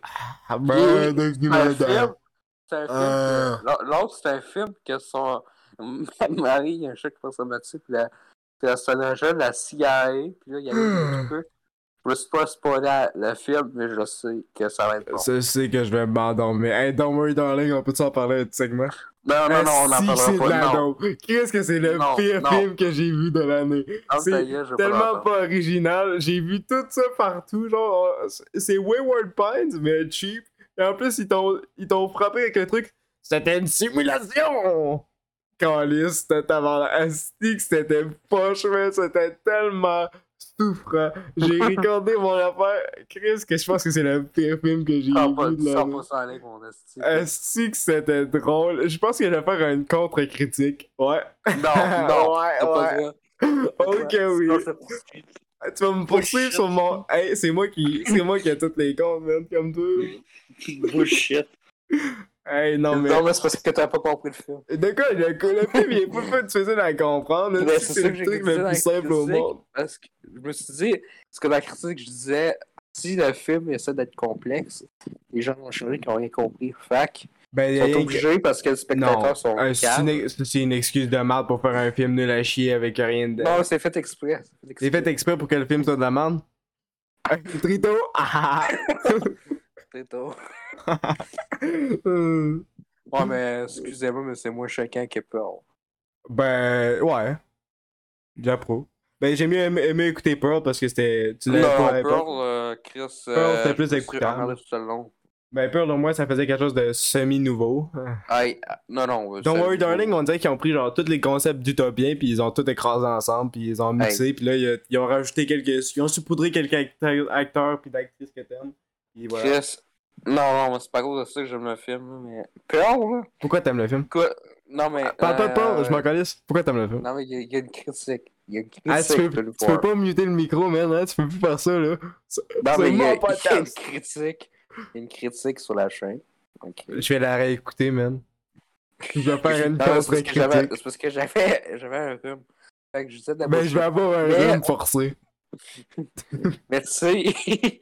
S1: Ah,
S2: Puis,
S1: ben, donc,
S2: C'est un film.
S1: ben.
S2: C'est un film.
S1: Euh.
S2: que- l'au- L'autre, c'est un film que son [LAUGHS] mari, il y a un chat qui passe à Mathieu, puis la, puis la, c'est un jeune, la CIA, puis là, il y a
S1: Hmm.
S2: un truc. Je me suis pas spoilé le film, mais je sais que ça va être bon.
S1: Ça, je sais que je vais m'endormir. Hey, don't worry, darling, on peut s'en parler un petit segment?
S2: Non, Ah, non, non, on n'en
S1: Asti, c'est
S2: parlera
S1: de
S2: pas.
S1: la
S2: Non,
S1: dope. Qu'est-ce que c'est le
S2: Non,
S1: pire
S2: non.
S1: film que j'ai vu de l'année?
S2: non,
S1: c'est
S2: ça y est, je vais pas
S1: Tellement
S2: l'entendre.
S1: pas original. J'ai vu tout ça partout. Genre, euh, c'est Wayward Pines, mais cheap. Et en plus, ils t'ont ils t'ont frappé avec le truc. C'était une simulation! Calice, c'était avant la Asti, que c'était poche, mais c'était tellement souffrant. J'ai
S2: [LAUGHS]
S1: regardé mon affaire. Chris, que je pense que c'est le pire film que j'ai vu
S2: Sors pas-
S1: de Euh,
S2: sors
S1: l'année.
S2: pas ça en ligne, mon esti.
S1: Est-ce que c'était drôle? Je pense que je vais faire une contre-critique. [LAUGHS] Ouais.
S2: Non, non. c'est
S1: ouais,
S2: pas
S1: ouais.
S2: vrai.
S1: Ok, oui.
S2: Non, c'est pas-
S1: Tu
S2: Oh,
S1: vas me poursuivre sur mon. Hey, c'est moi qui. C'est moi qui ai toutes les comptes, man, comme toi.
S2: Bullshit.
S1: Hey, non, mais.
S2: Non, mais c'est parce que t'as pas compris le film.
S1: De quoi? Le, le film, il est pas pas difficile à comprendre.
S2: Ben, c'est
S1: c'est
S2: ça
S1: le
S2: que j'ai
S1: truc
S2: dit dans
S1: le
S2: la
S1: plus simple au
S2: critique.
S1: monde.
S2: Parce que je me suis dit, parce que dans la critique, je disais, si le film essaie d'être complexe, les gens vont changer qui n'ont rien compris. Fac,
S1: Ben,
S2: ils
S1: il y a
S2: sont
S1: rien que-
S2: obligés parce que les spectateurs
S1: Non.
S2: sont.
S1: Euh, c'est
S2: calmes.
S1: une, c'est une excuse de merde pour faire un film nul à chier avec rien de.
S2: Non, c'est fait exprès.
S1: C'est fait exprès pour que le film soit de la merde?
S2: [LAUGHS]
S1: Hey, Trito! [LAUGHS] Ah,
S2: exprès. tôt.
S1: ah, ah. Euh.
S2: Ouais, mais excusez-moi, mais c'est moins choquant que peur.
S1: Ben, ouais. J'approuve. Ben, j'ai mieux aimé, aimé écouter Pearl parce que c'était. Tu l'avais
S2: Non,
S1: pas à
S2: Pearl,
S1: l'époque.
S2: euh, Chris.
S1: Pearl,
S2: euh,
S1: c'est plus
S2: je me suis
S1: écoutable.
S2: emmerdé tout le long.
S1: Ben, Pearl, au moins, ça faisait quelque chose de
S2: [LAUGHS]
S1: semi-nouveau. Ah.
S2: Aïe, ah, non, non. euh,
S1: Don't
S2: c'est-
S1: Worry Darling, on dirait qu'ils ont pris genre tous les concepts d'Utopien, puis ils ont tout écrasé ensemble, puis ils ont mixé, puis là, ils, ils ont rajouté quelques. Ils ont saupoudré quelques acteurs, acteurs puis d'actrices que t'aimes. Puis voilà.
S2: Chris. Non, non, c'est pas à cause de ça que j'aime le film, mais. Pearl, là.
S1: Pourquoi t'aimes le film
S2: Quoi? Non, mais.
S1: Parle pas de Pearl,
S2: euh,
S1: je m'en calisse. Pourquoi t'aimes le film
S2: Non, mais il y, a- il y a une critique. Il y a une critique.
S1: Ah, tu peux,
S2: de le
S1: tu
S2: voir.
S1: peux pas muter le micro, man, hein? tu peux plus faire ça, là.
S2: Non,
S1: c'est
S2: mais il y,
S1: mon
S2: a- il y a une
S1: podcast.
S2: critique. Il y a une critique sur la chaîne. Ok.
S1: Je vais la réécouter, man. Je vais faire une
S2: Non, mais c'est parce que j'avais-
S1: contre-critique.
S2: c'est parce que j'avais [LAUGHS] j'avais un rhume. Fait que je disais de la
S1: Ben,
S2: bullshit.
S1: je vais avoir un
S2: Mais-
S1: rhume forcé.
S2: Mais tu sais, [LAUGHS]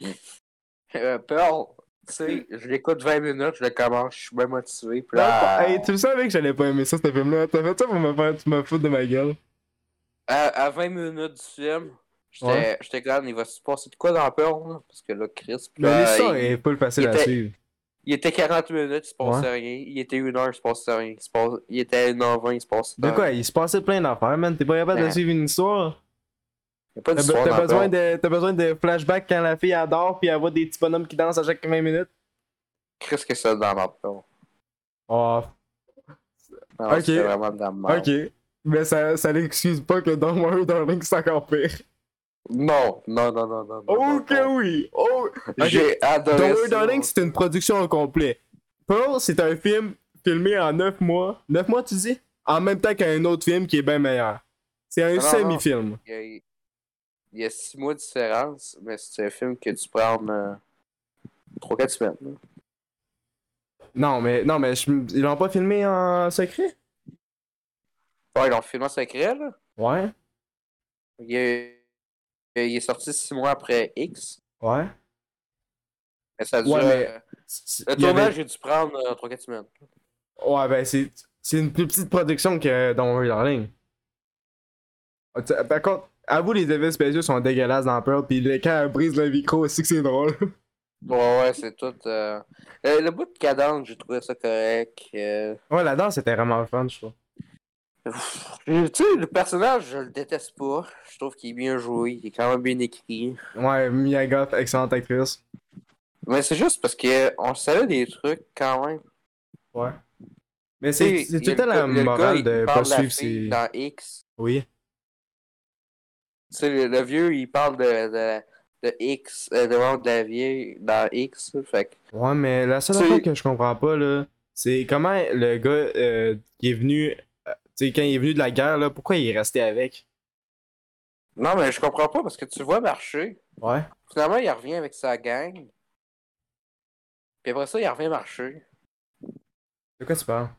S2: euh, Pearl, tu sais, je l'écoute 20 minutes, je le commence, je suis bien motivé. Puis là,
S1: Hey, tu le savais que j'allais pas aimer ça, ce film-là. T'as fait ça pour me faire, tu me fous de ma gueule.
S2: à, à 20 minutes du film, j'étais
S1: Ouais.
S2: j'étais comme, il va se passer de quoi dans Pearl? là? Parce que là, Chris, puis
S1: Mais
S2: là,
S1: l'histoire
S2: il-
S1: est pas le facile
S2: il
S1: à
S2: était-
S1: suivre.
S2: Il était 40 minutes, il se passait rien. Il était 1 heure, il se passait rien. Il, se passe- il était 1h20, il se passait
S1: De
S2: rien.
S1: quoi Il se passait plein d'affaires, man. T'es pas capable de
S2: Ouais.
S1: suivre une histoire.
S2: Il y a pas
S1: T'as
S2: d'histoire dans
S1: t'as besoin,
S2: Pearl.
S1: de- t'as besoin de flashbacks quand la fille adore, puis elle voit des petits bonhommes qui dansent à chaque 20 minutes.
S2: Qu'est-ce que c'est dans la peur?
S1: Oh,
S2: Non,
S1: Ok.
S2: c'était vraiment de la merde.
S1: ok. Mais ça, ça l'excuse pas que Don't Worry Darling, c'est encore pire.
S2: Non, non, non, non, non. non,
S1: Ok,
S2: non.
S1: oui. Oh, ok.
S2: J'ai adoré
S1: Don't
S2: ça.
S1: Worry Darling, c'est une production en complet. Pearl, c'est un film filmé en 9 mois. 9 mois, tu dis? En même temps qu'un autre film qui est bien meilleur. C'est un
S2: Non, non, non.
S1: semi-film.
S2: Il y, a, il y a six mois de différence, mais c'est un film que tu prends en euh, 3-4 semaines. là.
S1: Non, mais, non, mais je- ils l'ont pas filmé en secret?
S2: Ouais, ils l'ont filmé en secret, là.
S1: Ouais.
S2: Il est, il est sorti six mois après X,
S1: Ouais.
S2: mais ça dure.
S1: Ouais, mais-
S2: euh,
S1: C'est-
S2: Le
S1: il y avait-
S2: tournage, j'ai dû prendre euh, 3-4 semaines.
S1: Ouais, ben c'est c'est une plus petite production que Don't Worry Darling. Ah, tu- Par contre, avoue, les effets spéciaux sont dégueulasses dans Pearl, pis le- quand elle brise le micro aussi que c'est
S2: [LAUGHS]
S1: drôle.
S2: Ouais, ouais, c'est tout. euh, Le, le bout de cadence, j'ai trouvé ça correct. euh,
S1: ouais, la danse était vraiment fun, je trouve.
S2: Tu sais, le personnage, je le déteste pas. Je trouve qu'il est bien joué, il est quand même bien écrit.
S1: Ouais, Mia Goff, excellente actrice.
S2: Mais c'est juste parce que on savait des trucs quand même.
S1: Ouais. Mais c'est
S2: Tu sais,
S1: c'est
S2: il
S1: tout le
S2: y a
S1: temps
S2: le
S1: la
S2: gars- il y a le
S1: morale
S2: gars, il
S1: de
S2: parle la
S1: poursuivre
S2: fille
S1: ses.
S2: Dans X,
S1: Oui.
S2: tu sais, le, le vieux, il parle de, de, de X, euh, de Ron Davier dans X. là, Fait que,
S1: Ouais, mais la seule
S2: Tu sais-
S1: affaire que je comprends pas, là, c'est comment le gars euh, qui est venu. euh, Tu sais, quand il est venu de la guerre, là, pourquoi il est resté avec
S2: Non, mais je comprends pas parce que tu le vois marcher.
S1: Ouais.
S2: Finalement, il revient avec sa gang. Puis après ça, il revient marcher.
S1: De quoi tu parles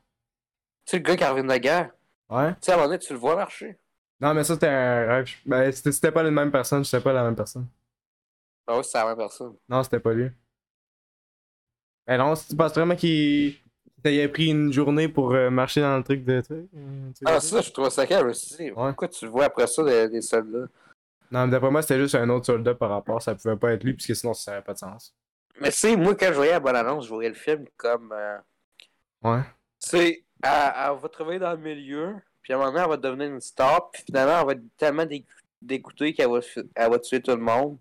S2: Tu sais, le gars qui revient de la guerre,
S1: Ouais.
S2: tu sais, à un moment donné, tu le vois marcher.
S1: Non, mais ça, c'était un rêve. Je- Ben, c'était c'était pas la même personne, c'était pas la même personne.
S2: Ah ouais, c'est la même personne.
S1: Non, c'était pas lui. Ben non, si tu penses vraiment qu'il t'avait pris une journée pour euh, marcher dans le truc de. tu sais, euh, tu sais,
S2: Ah,
S1: tu sais.
S2: ça, je trouve ça calme aussi. Pourquoi tu le vois après ça des, des soldats?
S1: Non, mais d'après moi, c'était juste un autre soldat par rapport, ça pouvait pas être lui, puisque sinon, ça aurait pas de sens.
S2: Mais tu sais, moi, quand je voyais la bonne annonce, je voyais le film comme. euh,
S1: Ouais.
S2: tu sais, elle, elle va travailler dans le milieu, puis à un moment donné, elle va devenir une star, puis finalement, elle va être tellement dé- dégoûtée qu'elle va, fi- elle va tuer tout le monde.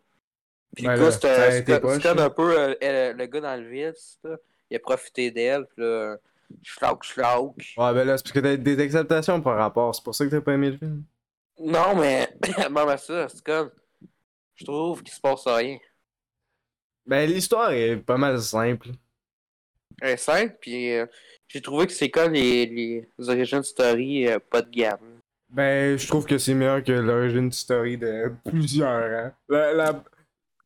S2: Puis
S1: Ben
S2: le
S1: là,
S2: gars,
S1: ça a
S2: c'était
S1: été
S2: c'était-
S1: poche,
S2: c'était
S1: là.
S2: un peu euh, elle- le gars dans le vice, là. il a profité d'elle, puis là, euh, schlauk, schlauk.
S1: Ouais, ben là, c'est parce que t'as des acceptations par rapport, c'est pour ça que t'as pas aimé le film.
S2: Non, mais [COUGHS] même à ça, c'est comme. Je trouve qu'il se passe rien.
S1: Ben, l'histoire est pas mal simple.
S2: Elle est simple, puis euh, j'ai trouvé que c'est comme les, les origines story euh, pas de gamme.
S1: Ben, je trouve que c'est meilleur que l'origine story de plusieurs, hein. La, la,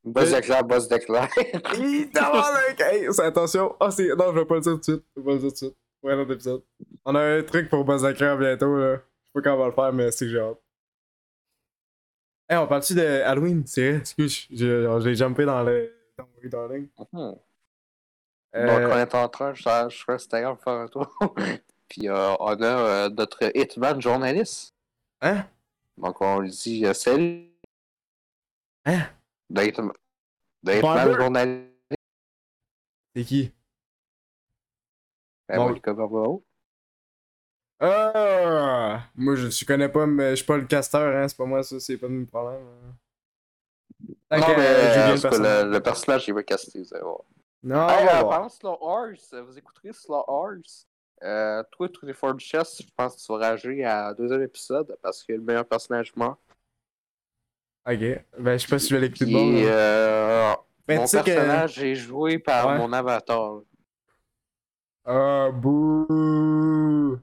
S2: Boss
S1: Euh,
S2: de clair, boss de clair.
S1: Hey, c'est- attention. Ah, c'est. Non, je vais pas le dire tout de suite. Je vais pas le dire tout de suite. Pour un autre épisode. On a un truc pour Bazakra bientôt, là. Je sais pas quand on va le faire, mais c'est que j'ai hâte. Hey, on parle-tu de Halloween? C'est vrai, excuse, j'ai j'ai jumpé dans le. Dans le darling.
S2: Hmm.
S1: [LAUGHS] Euh,
S2: Donc, on est en train, je, je suis sur Instagram pour faire un tour. [LAUGHS] Puis, euh, on a euh, notre Hitman journaliste.
S1: Hein?
S2: Donc, on lui dit euh, salut.
S1: Hein?
S2: De Hitman, de
S1: Barber?
S2: Hitman journaliste.
S1: C'est qui?
S2: Ben,
S1: Bon.
S2: Monica Barbaro.
S1: Ah! Moi, je, je connais pas, mais je suis pas le casteur, hein. C'est pas moi, ça, c'est pas mon problème. hein. Tant
S2: Non,
S1: que,
S2: mais
S1: euh, Julien
S2: euh, en tout cas,
S1: personne.
S2: le, le personnage, il va casser, vous allez voir.
S1: Non,
S2: Hey,
S1: on va
S2: euh,
S1: voir.
S2: parlant de Slow Horse, euh, vous écouterez Slow Horse. Euh, toi, Trudy Ford Chess, je pense que tu vas rager à deuxième épisode parce que le meilleur personnage meurt.
S1: Ok. Ben, je sais pas si je vais l'écouter de
S2: Puis,
S1: bon. là.
S2: euh,
S1: Ben,
S2: mon
S1: tu sais que-
S2: personnage est joué par
S1: Ouais.
S2: mon avatar.
S1: Ah, bouh!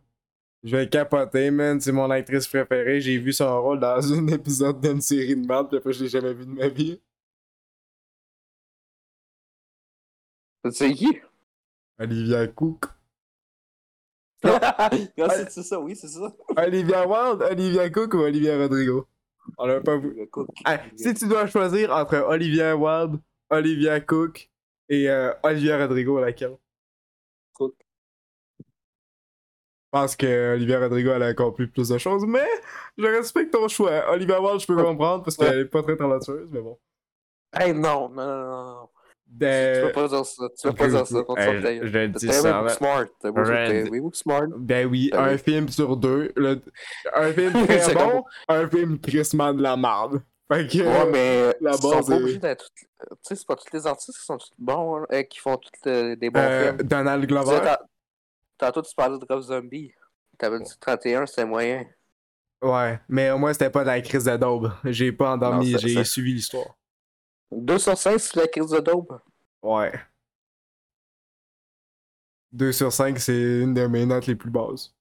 S1: Je vais capoter, man. C'est mon actrice préférée. J'ai vu son rôle dans [LAUGHS] un épisode d'une série de merde, puis après, je l'ai jamais vu de ma vie.
S2: Tu sais qui?
S1: Olivia Cook. [LAUGHS] Non.
S2: Non, c'est ça, oui, c'est ça.
S1: Olivia Wilde, Olivia Cook ou Olivia Rodrigo? On l'a pas vu.
S2: Le cook.
S1: Hey, Ah, si tu dois choisir entre Olivia Wilde, Olivia Cook et euh, Olivia Rodrigo, laquelle?
S2: Cook.
S1: Je pense que Olivia Rodrigo, elle a accompli plus de choses, mais je respecte ton choix. Olivia Wilde, je peux comprendre parce qu'elle est pas très talentueuse, mais bon.
S2: Hey, non, non, non, non, non. Tu
S1: De-
S2: peux pas dire ça, tu peux pas dire ça. contre
S1: Hey,
S2: son taille.
S1: Euh, je le dis
S2: T'es
S1: ça,
S2: vraiment
S1: là.
S2: smart. T'es beau,
S1: Red.
S2: t'es- oui, oui, smart.
S1: Ben oui,
S2: Ben
S1: un
S2: oui.
S1: film sur deux. le- Un
S2: [LAUGHS]
S1: film très
S2: C'est
S1: bon, un film tristement de la merde. Fait que.
S2: Ouais, mais
S1: Euh, la
S2: ils sont
S1: base
S2: pas
S1: est-
S2: obligés d'être. Tu sais, c'est pas tous les artistes qui sont tous bons, là, euh, qui font tous euh, des bons
S1: euh,
S2: films.
S1: Donald
S2: Tu sais,
S1: Glover.
S2: tant- Tantôt, tu parlais de Rob Zombie. T'avais dit 31, c'était moyen.
S1: Ouais, mais au moins c'était pas de la crise de daube. J'ai pas endormi,
S2: Non, ça-
S1: j'ai
S2: ça-
S1: suivi l'histoire.
S2: 2 sur 5, c'est la crise de daube.
S1: Ouais. 2 sur 5, c'est une de mes notes les plus basses.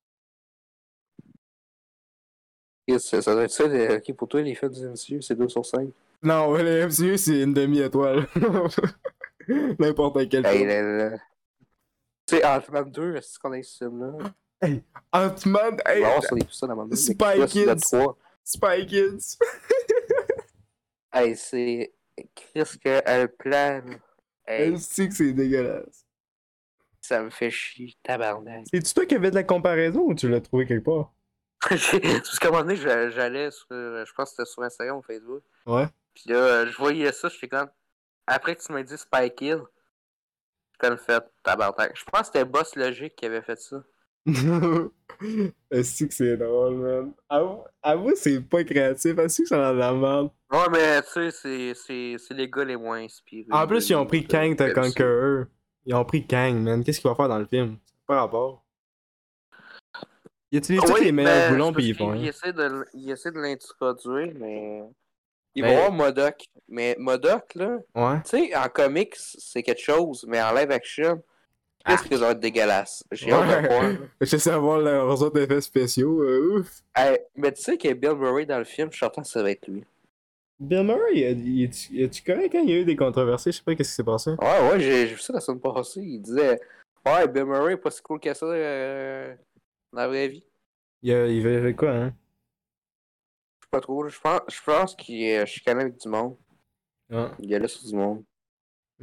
S2: Chris, ça ça doit être ça. les- Ok, pour toi, les films du MCU, c'est 2 sur 5.
S1: Non, le MCU, c'est une demi-étoile. [LAUGHS] N'importe quel
S2: Hey,
S1: film.
S2: là, là. Tu sais, Ant-Man 2, est-ce qu'on a ce film-là?
S1: Ant-Man, hey, euh,
S2: On va voir si on écoute ça dans mon
S1: Spy Kids.
S2: 3.
S1: Spy Kids.
S2: Hey, c'est. Chris, qu'un plan. Hey,
S1: Je sais que c'est dégueulasse.
S2: ça me fait chier, tabarnak.
S1: C'est-tu toi qui avais de la comparaison ou tu l'as trouvé quelque part?
S2: J'ai- [LAUGHS] Parce qu'à un moment donné, je- j'allais sur. euh, Je pense que c'était sur Instagram ou Facebook.
S1: Ouais.
S2: Puis là, euh, je voyais ça, je suis comme. Après que tu m'as dit Spike Hill, j'ai comme fait tabarnak. Je pense que c'était Boss Logic qui avait fait ça.
S1: [LAUGHS] Est-ce que c'est drôle, man? Avoue, avoue, c'est pas créatif. Est-ce que ça a de la merde?
S2: Ouais, mais tu sais, c'est- c'est c'est les gars les moins inspirés.
S1: En plus, ils ont pris Kang the
S2: t'as
S1: Conqueror. Ils ont pris Kang, man. Qu'est-ce qu'il va faire dans le film? Pas rapport. Il
S2: Ah
S1: utilise tous les meilleurs boulons pis ils font.
S2: Il
S1: rien.
S2: essaie de, il essaie de l'introduire, mais. Il
S1: Mais-
S2: va voir Modoc. Mais Modoc, là,
S1: Ouais.
S2: tu sais, en comics, c'est quelque chose, mais en live action, qu'est-ce qu'ils ont être dégueulasse. J'ai hâte
S1: [LAUGHS]
S2: de voir.
S1: Ah. Ouais. Je sais avoir leurs autres effets spéciaux. euh, ouf.
S2: Hey, mais tu sais que Bill Murray dans le film, je suis certain que ça va être lui.
S1: Bill Murray, il est- il est-tu correct quand il y a eu des controversées? Je sais pas qu'est-ce qui s'est passé.
S2: Ouais, ouais, j'ai j'ai vu ça la semaine passée. Il disait Ouais, Bill Murray, pas si cool que ça euh, dans la vraie vie.
S1: Il, a- il veut quoi, hein?
S2: Je sais pas trop. là. Je pense, je pense qu'il est chicané avec du monde.
S1: Ah,
S2: Il est là sur du monde.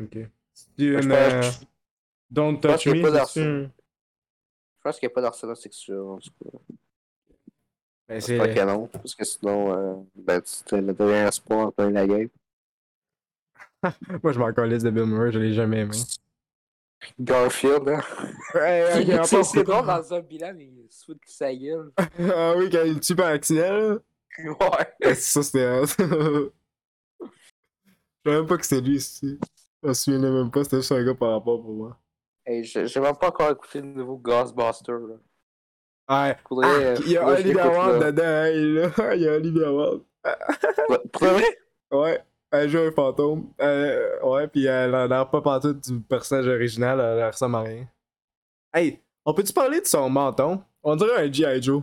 S1: ok. C'est
S2: je,
S1: une,
S2: pense,
S1: euh,
S2: je-
S1: Don't
S2: pense
S1: touch
S2: qu'il est pas
S1: me.
S2: dans
S1: c'est une-
S2: je pense qu'il n'y a pas d'harcèlement sexuel. En tout cas.
S1: Ben,
S2: Ah, C'est pas
S1: c'est-
S2: canon. Parce que sinon, euh, ben, tu te le dernier espoir en plein la game.
S1: Moi, je m'en calisse de Bill Murray, je l'ai jamais aimé.
S2: Garfield, hein.
S1: Hey, ok,
S2: [LAUGHS] C'est-
S1: on
S2: c'est
S1: part-
S2: drôle dans Zombieland, il se fout de sa gueule.
S1: ah oui, quand il tue par accident,
S2: [LAUGHS] ouais.
S1: là. Eh, Ça, c'était. hot. [LAUGHS] Je savais même pas que c'était lui, ici. Je me souviens même pas, c'était juste un gars par rapport pour moi.
S2: Hey, je- j'ai même pas encore écouté le nouveau Ghostbuster. Là.
S1: Ouais.
S2: Faudrait,
S1: Ah,
S2: euh,
S1: il y a
S2: faudrait que je
S1: Olivia
S2: l'écoute,
S1: Wilde
S2: là.
S1: dedans, hey, là. [LAUGHS] Il y a Olivia Wilde.
S2: Ouais, Pour de vrai?
S1: Ouais, elle joue un fantôme. Euh, ouais, puis elle a l'air pas pantoute du personnage original, elle elle ressemble à rien. Hey, on peut-tu parler de son menton? On dirait un G.I. Joe.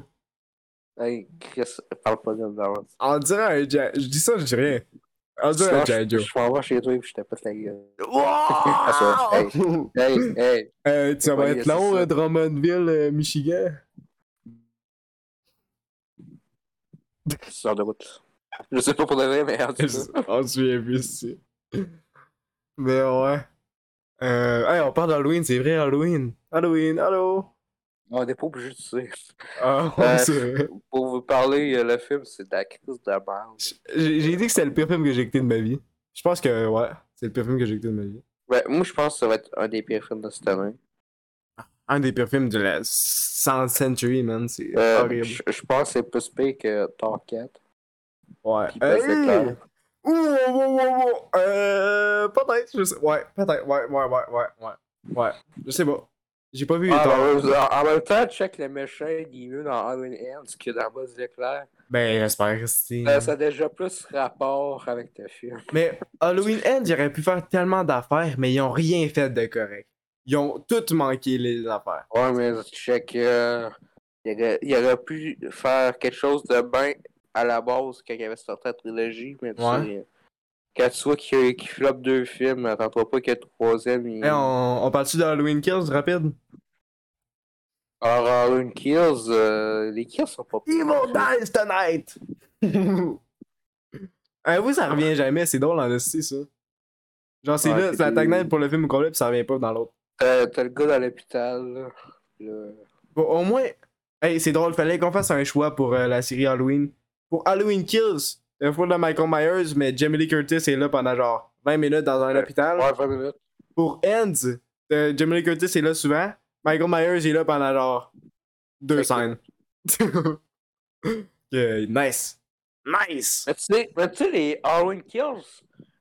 S2: Hey, Chris, parle pas de Darwin.
S1: On dirait un G.I. Je dis ça, je dis rien. On dirait un G.I.
S2: Je [LAUGHS]
S1: Joe.
S2: je m'en vais chez toi et puis je te pète la gueule.
S1: Wow!
S2: Ah, Hey, hey,
S1: Euh, ça va
S2: Ouais,
S1: être
S2: c'est
S1: long,
S2: ça.
S1: euh, Drummondville, euh, Michigan.
S2: c'est hors de route. Je sais pas pour de vrai, mais en tout cas.
S1: [LAUGHS] on se souvient plus ici. Mais ouais. Euh, hey, on parle d'Halloween, c'est vrai, Halloween. Halloween, allô?
S2: On est pas obligé de sais.
S1: Ah,
S2: Euh,
S1: c'est vrai.
S2: Pour vous parler, euh, le film, c'est de la crise de merde.
S1: J'ai j'ai dit que c'était le pire film que j'ai écouté de ma vie. Je pense que, ouais, c'est le pire film que j'ai écouté de ma vie.
S2: Ouais, moi, je pense que ça va être un des pires films de cette année.
S1: Un des pires films de la 100th century, man. C'est
S2: Euh,
S1: horrible.
S2: je je pense que c'est plus pire que Thor 4.
S1: Ouais.
S2: Puis
S1: Hey!
S2: Buzz l'éclair.
S1: Ouh, ouh, ouh, ouh, ouh. Euh, peut-être, je sais. Ouais, peut-être, ouais, ouais, ouais, ouais, ouais. Ouais, je sais pas. J'ai pas vu
S2: Ah,
S1: Thor.
S2: ben, ouais, en en même temps, check le méchant, il est mieux dans Halloween Ends que dans Buzz l'éclair.
S1: Ben, j'espère rester.
S2: Euh, Ça a déjà plus rapport avec le film.
S1: Mais Halloween End, ils auraient pu faire tellement d'affaires, mais ils ont rien fait de correct. Ils ont toutes manqué les affaires.
S2: Ouais, mais check. euh, il, aurait, il aurait pu faire quelque chose de bien à la base quand il avait sorti la trilogie, mais tu
S1: Ouais.
S2: sais, quand tu vois qu'il qu'il floppe deux films, attends-toi pas que le troisième il
S1: Hey, Eh, on, on parle-tu de Halloween Kills rapide?
S2: Alors, Halloween Kills, euh, les kills sont pas
S1: Evil dies tonight! [LAUGHS] Euh, vous, ça revient jamais, c'est drôle en esti, ça. Genre, c'est
S2: Ouais,
S1: là,
S2: c'est
S1: c'est la
S2: des-
S1: tagline pour le film au complet, puis ça revient pas dans l'autre.
S2: T'as t'as le gars dans l'hôpital, là. Le-
S1: Bon, au moins, hey, c'est drôle, fallait qu'on fasse un choix pour euh, la série Halloween. Pour Halloween Kills, il faut de Michael Myers, mais Jamie Lee Curtis est là pendant genre 20 minutes dans un
S2: Ouais.
S1: hôpital.
S2: Ouais, 20 minutes.
S1: Pour Ends, euh, Jamie Lee Curtis est là souvent, Michael Myers est là pendant genre deux
S2: Fait que-
S1: scènes. [LAUGHS] Ok, nice! Nice!
S2: Mais tu sais, mais tu sais, les Halloween Kills,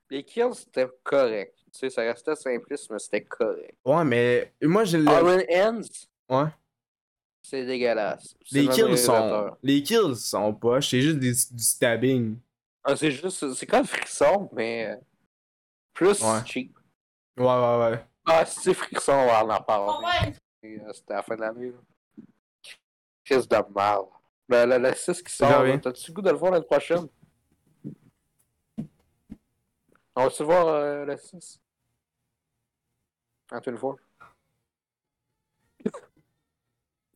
S2: les kills c'était correct. Tu sais, ça restait simpliste, mais c'était correct.
S1: Ouais, mais moi, j'ai le.
S2: Halloween Ends,
S1: Ouais.
S2: c'est dégueulasse. C'est
S1: Les
S2: le même
S1: kills
S2: réalisateur.
S1: sont. Les kills sont poches, c'est juste des, du stabbing.
S2: Ah, c'est juste, c'est comme frisson, mais euh, plus
S1: Ouais.
S2: cheap.
S1: Ouais, ouais, ouais.
S2: Ah, c'est frisson, on va en parler. Et, euh, C'était à la fin de l'année. là. Crise de mal. Ben, la, la 6 qui sort,
S1: J'en viens.
S2: là, t'as-tu le goût de le voir l'année prochaine? On va-tu le voir euh, la 6? Anthony Ford.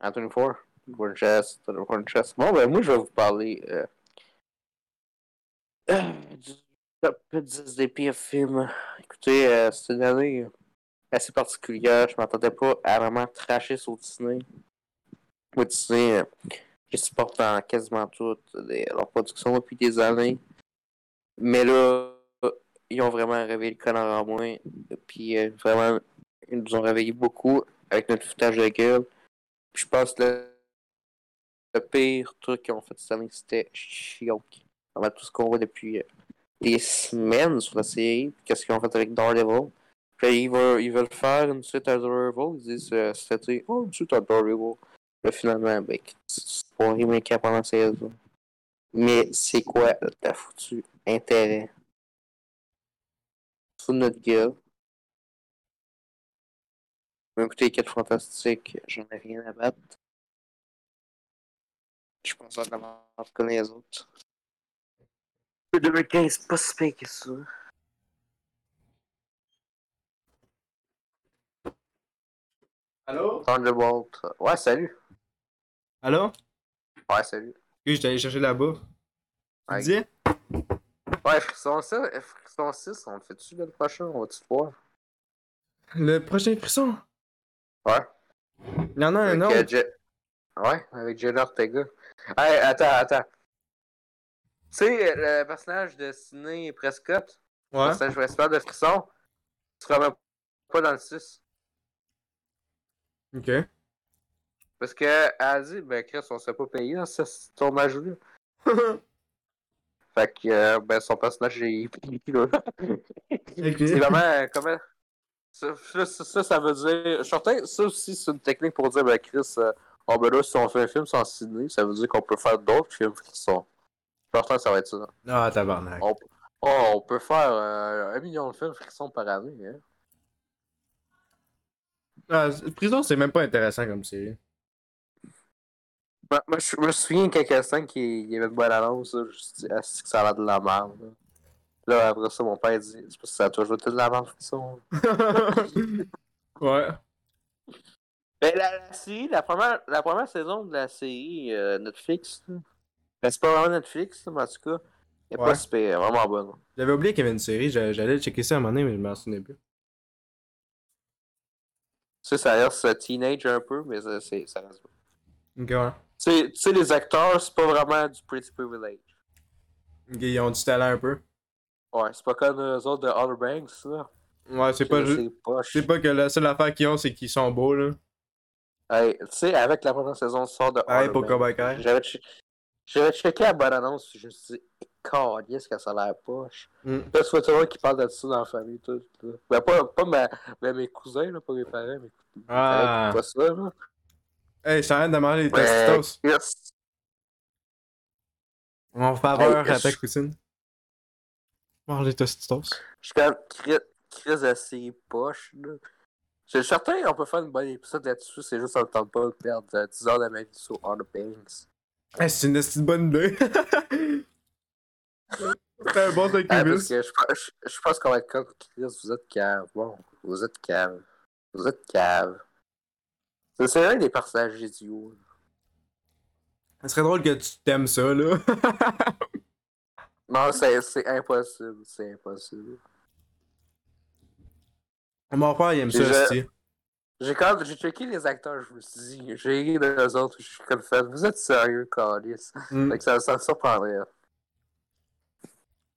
S2: Anthony Ford. Winchester, Winchester. Bon, ben, moi, je vais vous parler euh, [CLEARS THROAT] euh, du top 10 des pires films. Écoutez, euh, c'est une année assez particulière. Je m'attendais pas à vraiment tracher sur Disney. Moi, Disney. euh, je supporte dans quasiment toutes les- leurs productions depuis des années. Mais là, ils ont vraiment réveillé le connard en moi. Puis euh, vraiment, ils nous ont réveillé beaucoup avec notre foutage de gueule. Puis je pense que le, le pire truc qu'ils ont fait cette année, c'était Chioc. Vraiment tout ce qu'on voit depuis euh, des semaines sur la série. puis Qu'est-ce qu'ils ont fait avec Daredevil. Puis ils veulent, ils veulent faire une suite à Daredevil. Ils disent, euh, c'était, oh, une suite à Daredevil. Là, finalement, ben, c'est pas remédier pendant 16 ans. Mais c'est quoi ta foutu intérêt? Sous notre gueule. Même écoutez, les 4 fantastiques, j'en ai rien à battre. Je pense à de la merde que les autres. Le 2015, c'est pas si pire que ça.
S1: Allô?
S2: Thunderbolt. Ouais, salut.
S1: Allô?
S2: Ouais, salut.
S1: Oui, j'étais allé chercher là-bas. Tu
S2: Ouais.
S1: disais?
S2: Ouais, Frisson 6, Frisson 6 on le fait-tu le prochain? On va-tu le voir?
S1: Le prochain frisson?
S2: Ouais.
S1: Il y en a un
S2: Avec,
S1: autre.
S2: euh, Je- Ouais, avec Jenna Ortega. Hey, attends, attends. Tu sais, euh, le personnage de Sidney Prescott, le
S1: Ouais.
S2: personnage principal de Frisson, il sera même pas dans le 6.
S1: Ok.
S2: [LAUGHS] Parce que elle a dit, ben Chris, on s'est pas payé dans ce ce tournage-là. Fait que, euh, ben, son personnage est pris, là. [LAUGHS] C'est vraiment, euh, comment... Ça, ça, ça, ça veut dire... Je suis certain que ça aussi, c'est une technique pour dire, ben Chris, euh, oh, ben là, si on fait un film sans Sidney, ça veut dire qu'on peut faire d'autres films qui sont... Je suis certain que ça va être ça.
S1: Ah, tabarnak.
S2: On, oh, on peut faire euh, un million de films frissons par année. Hein?
S1: Ah, c- prison, c'est même pas intéressant comme série. [LAUGHS]
S2: Moi, moi, je je me souviens qu'il y a quelqu'un qui il y avait une bonne annonce. là, Je me suis dit, ah, c'est que ça a l'air de la merde. Là. Là, après ça, mon père dit, c'est parce que ça a toujours été de la merde, frisson.
S1: ouais.
S2: Mais Ben, la, la série, la première, la première saison de la série euh, Netflix, là, ben, c'est pas vraiment Netflix, là, mais en tout cas, elle est
S1: Ouais.
S2: pas si pire, vraiment bonne.
S1: J'avais oublié qu'il y avait une série, j'a- j'allais checker ça à un moment donné, mais je m'en souvenais plus.
S2: Tu sais, ça a l'air c'est teenage un peu, mais ça, c'est, ça reste bon.
S1: Ok, ouais.
S2: Tu sais- tu sais, les acteurs, c'est pas vraiment du Pretty Privilege.
S1: Ok, ils ont du talent un peu.
S2: Ouais, c'est pas comme eux autres de Outer Banks, là.
S1: Ouais, c'est pas juste.
S2: C'est poche.
S1: C'est pas que la seule affaire qu'ils ont, c'est qu'ils sont beaux, là.
S2: Hey, tu sais, avec la première saison de sort de
S1: Hey,
S2: Iron
S1: pour
S2: Man,
S1: Kobakai.
S2: J'avais che- j'avais checké la bonne annonce, je me suis dit, est-ce que ça a l'air poche.
S1: Mm.
S2: Là, tu vois tout le monde qui parle de ça dans la famille, tout. là. Ben, pas, pas ma- ben, mes cousins, là, pas mes parents, mais
S1: Ah.
S2: pas ça, là.
S1: Hey, je t'arrête de manger les
S2: Ben,
S1: tostitos.
S2: yes.
S1: On va faire peur
S2: Hey,
S1: à ta
S2: je-
S1: cousine. Mange les tostitos.
S2: Je suis comme cri- crise assez poche, là. Je suis certain qu'on peut faire une bonne épisode là-dessus, c'est juste qu'on ne tente pas de perdre euh, 10 heures de ma vie sur Outer Banks.
S1: Hey, c'est une esti de bonne idée. [LAUGHS] c'est un bon
S2: Ah, parce
S1: document.
S2: que je, je, je pense qu'on va être comme Chris, vous êtes cave. Bon, vous êtes cave. Vous êtes cave. C'est- C'est un des personnages idiots.
S1: Ça serait drôle que tu t'aimes ça, là. [LAUGHS]
S2: Non, c'est c'est impossible. C'est impossible.
S1: Mon père, il aime
S2: J'ai-
S1: ça, aussi.
S2: J'ai quand j'ai checké les acteurs, je me suis dit, j'ai ri d'eux autres, je suis comme fait. Vous êtes sérieux, Carlis?
S1: Mm.
S2: Fait que ça, ça me surprendrait.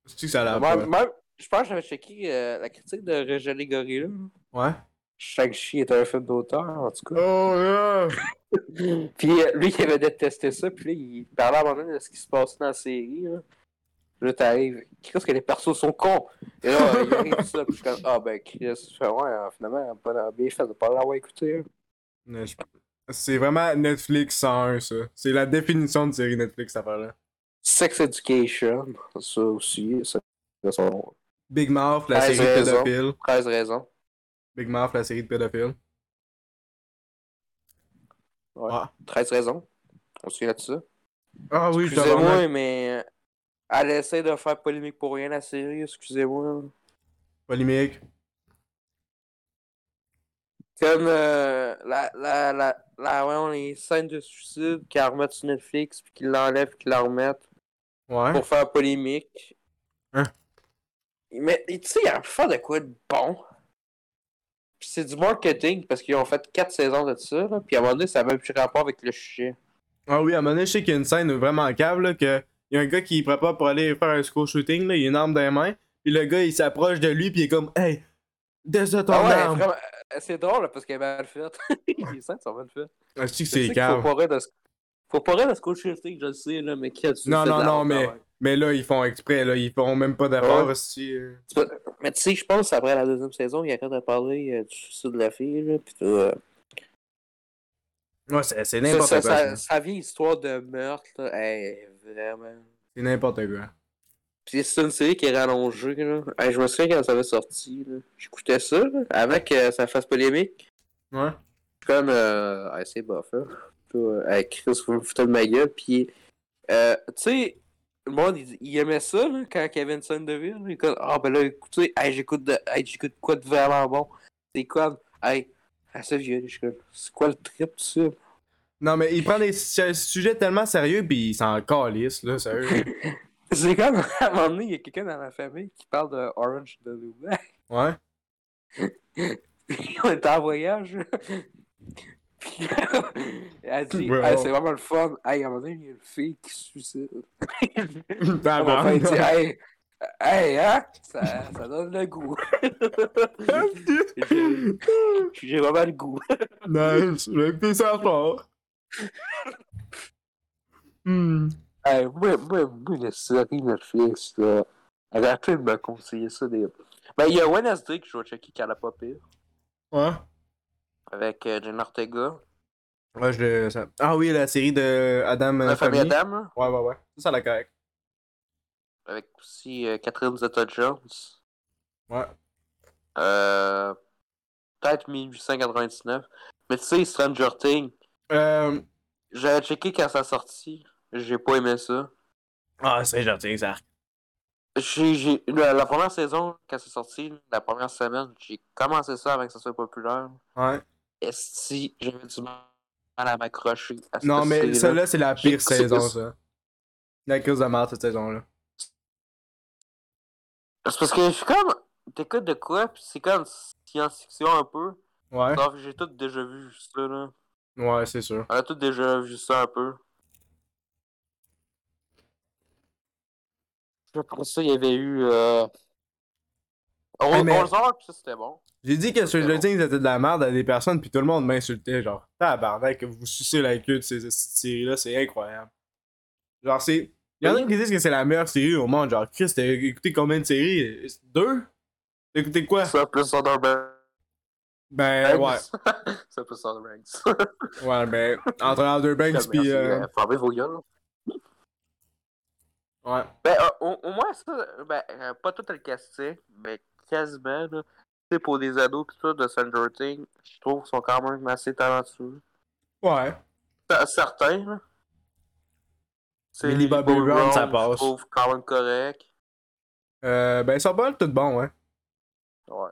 S1: C'est-tu que ça a l'air
S2: Moi-
S1: pas?
S2: moi, je pense que j'avais checké euh, la critique de Roger Gorilla.
S1: Ouais.
S2: Shang-Chi est un film d'auteur, en tout cas.
S1: Oh, yeah.
S2: [CLEARS THROAT] Puis euh, lui, il avait détesté ça. Puis là, il parlait à un moment donné de ce qui se passait dans la série. Là, Puis là t'arrives. Qu'est-ce que les persos sont cons? Et là, euh, il arrive ça. Puis je suis comme, ah ben, Chris, je fais, ouais, euh, finalement, pas bien fait de pas l'avoir écouté. hein.
S1: Mais je- C'est vraiment Netflix 101, ça. C'est la définition de série Netflix, cette affaire-là.
S2: Sex Education, ça aussi, ça, ça sont
S1: Big Mouth, la
S2: Ah,
S1: série
S2: j'ai
S1: de
S2: raison.
S1: pédophiles.
S2: 13 raisons.
S1: Big Mouth, la série de pédophiles.
S2: Ouais.
S1: Ah.
S2: 13 raisons. On se souvient de ça.
S1: Ah oui,
S2: Excusez-moi,
S1: tabarnak.
S2: mais euh, elle essaie de faire polémique pour rien la série, excusez-moi.
S1: Polémique.
S2: Comme euh, la, la, la, la, voyons, les scènes de suicide qu'elle remettent sur Netflix, puis qu'ils l'enlèvent, qu'ils la remettent
S1: Ouais.
S2: pour faire polémique.
S1: Hein?
S2: Mais tu sais, ils ont fait de quoi de bon. Puis c'est du marketing, parce qu'ils ont fait 4 saisons de ça, là, puis à un moment donné, ça avait un petit rapport avec le sujet.
S1: Ah oui, à un moment donné, je sais qu'il y a une scène vraiment cave, là, que il y a un gars qui prépare pour aller faire un school shooting, là, il a une arme dans les mains, puis le gars, il s'approche de lui, puis il est comme, hey, desde ton
S2: Ah ouais,
S1: arme.
S2: vraiment, euh, c'est drôle, là, parce qu'elle est mal faite. [LAUGHS] les scènes sont mal faites.
S1: Ah, je sais que
S2: Je sais
S1: c'est
S2: qu'il Faut
S1: cave.
S2: pas rire de ce... Faut pas rire de ce coach shifting, je le sais, là, mais qui a du
S1: Non,
S2: fait de
S1: non,
S2: la
S1: non,
S2: honte,
S1: mais-
S2: ouais.
S1: Mais là, ils font exprès, là, ils font même pas d'effort.
S2: Ouais.
S1: si, euh.
S2: C'est pas- Mais tu sais, je pense après la deuxième saison, il arrête de parler euh, du suicide de la fille, là, pis tout. euh,
S1: Ouais, c'est c'est
S2: Ça,
S1: n'importe
S2: ça,
S1: quoi.
S2: ça,
S1: ça.
S2: sa vieille histoire de meurtre, là, hey, vraiment.
S1: C'est n'importe quoi.
S2: Pis c'est une série qui est rallongée, là. Hey, je me souviens quand ça avait sorti, là. J'écoutais ça, là, euh, avant que ça fasse polémique.
S1: Ouais.
S2: Je suis comme, euh, hey, c'est bof, hein. Pis, euh, hey, Chris, vous me foutez de ma gueule, pis. Euh, tu sais, le monde, il, il aimait ça, là, quand il y avait une scène de ville. Il est comme, ah, ben là, écoutez, hey, j'écoute de, hey, j'écoute quoi de vraiment bon? C'est quoi? Hey, assez vieux, je suis comme, c'est quoi le trip, tout ça?
S1: Non, mais il prend des su- sujets tellement sérieux, puis il s'en calisse, là, sérieux.
S2: [LAUGHS] C'est comme, à un moment donné, il y a quelqu'un dans la famille qui parle de Orange de New Black.
S1: ouais.
S2: [LAUGHS] on était en voyage. Puis [LAUGHS] là, elle dit,
S1: Bro.
S2: hey, c'est vraiment le fun. Hey, à un moment donné, il y a une fille qui se suicide. [LAUGHS] Ah,
S1: Tabarnak.
S2: ben, [LAUGHS] dit, hey, hey, hein? Ça, ça donne le goût. J'ai vraiment le goût.
S1: nice, je vais écouter ça fort. Hmm.
S2: [LAUGHS] Hey, moi, moi, moi, la série Netflix, là, elle a pu me conseiller ça. Des... Ben, il y a Wednesday que je vais checker qui a la pas pire.
S1: Ouais.
S2: Avec euh, Jen Ortega.
S1: Ouais, je le. ça- Ah oui, la série de Adam. euh,
S2: La famille
S1: Family.
S2: Adam, là,
S1: Ouais, ouais, ouais. Ça, ça la correct.
S2: Avec aussi euh, Catherine Zeta-Jones.
S1: Ouais.
S2: Euh, peut-être 1899. Mais tu sais, Stranger Things,
S1: Euh.
S2: j'avais checké quand ça sortit. J'ai pas aimé ça.
S1: Ah, c'est gentil, ça.
S2: J'ai, j'ai- la, la première saison, quand c'est sorti, la première semaine, j'ai commencé ça avant que ça soit populaire.
S1: Ouais.
S2: Est-ce que j'avais du mal à m'accrocher à cette
S1: Non, mais
S2: série-là.
S1: celle-là, c'est la
S2: J'ai-
S1: pire
S2: c'est-
S1: saison,
S2: c'est-
S1: ça. La crise de mort, cette saison-là.
S2: C'est parce que je suis comme. T'écoutes de quoi, puis c'est comme science-fiction un peu.
S1: Ouais.
S2: Sauf que j'ai tout déjà vu ça, là.
S1: Ouais, c'est sûr.
S2: On a tout déjà vu ça un peu. Après ça, il y avait eu. Euh... On,
S1: Ah, mais-
S2: on le saura que ça c'était bon.
S1: J'ai dit que sur
S2: C'est
S1: le
S2: bon.
S1: thing, c'était de la merde à des personnes, puis tout le monde m'insultait, genre, tabarnak, que vous sucez la queue de ces, ces séries-là, c'est incroyable. Genre, c'est. Il y en a
S2: Oui.
S1: qui disent que c'est la meilleure série au monde, genre, Chris, t'as écouté combien de séries Deux T'as écouté quoi
S2: Ça plus Sonderbanks.
S1: Ben, ouais.
S2: [LAUGHS] ça
S1: [LAUGHS]
S2: plus Sonderbanks.
S1: Ouais, ben, entre
S2: [LAUGHS]
S1: Underbanks, puis. euh,
S2: Fermez vos gueules. là.
S1: Ouais.
S2: Ben, euh, au, au moins, ça. Ben, euh, pas tout le casting, mais quasiment, là. Tu sais, pour des ados pis tout de Stranger Things, je trouve qu'ils sont quand même assez talentueux.
S1: Ouais.
S2: Ça- Certains, là. Tu sais,
S1: Millie Bobby
S2: Bobby
S1: Brown, ça
S2: Je
S1: passe.
S2: trouve quand même correct.
S1: Euh, ben, ça va, tout bon, ouais.
S2: Ouais.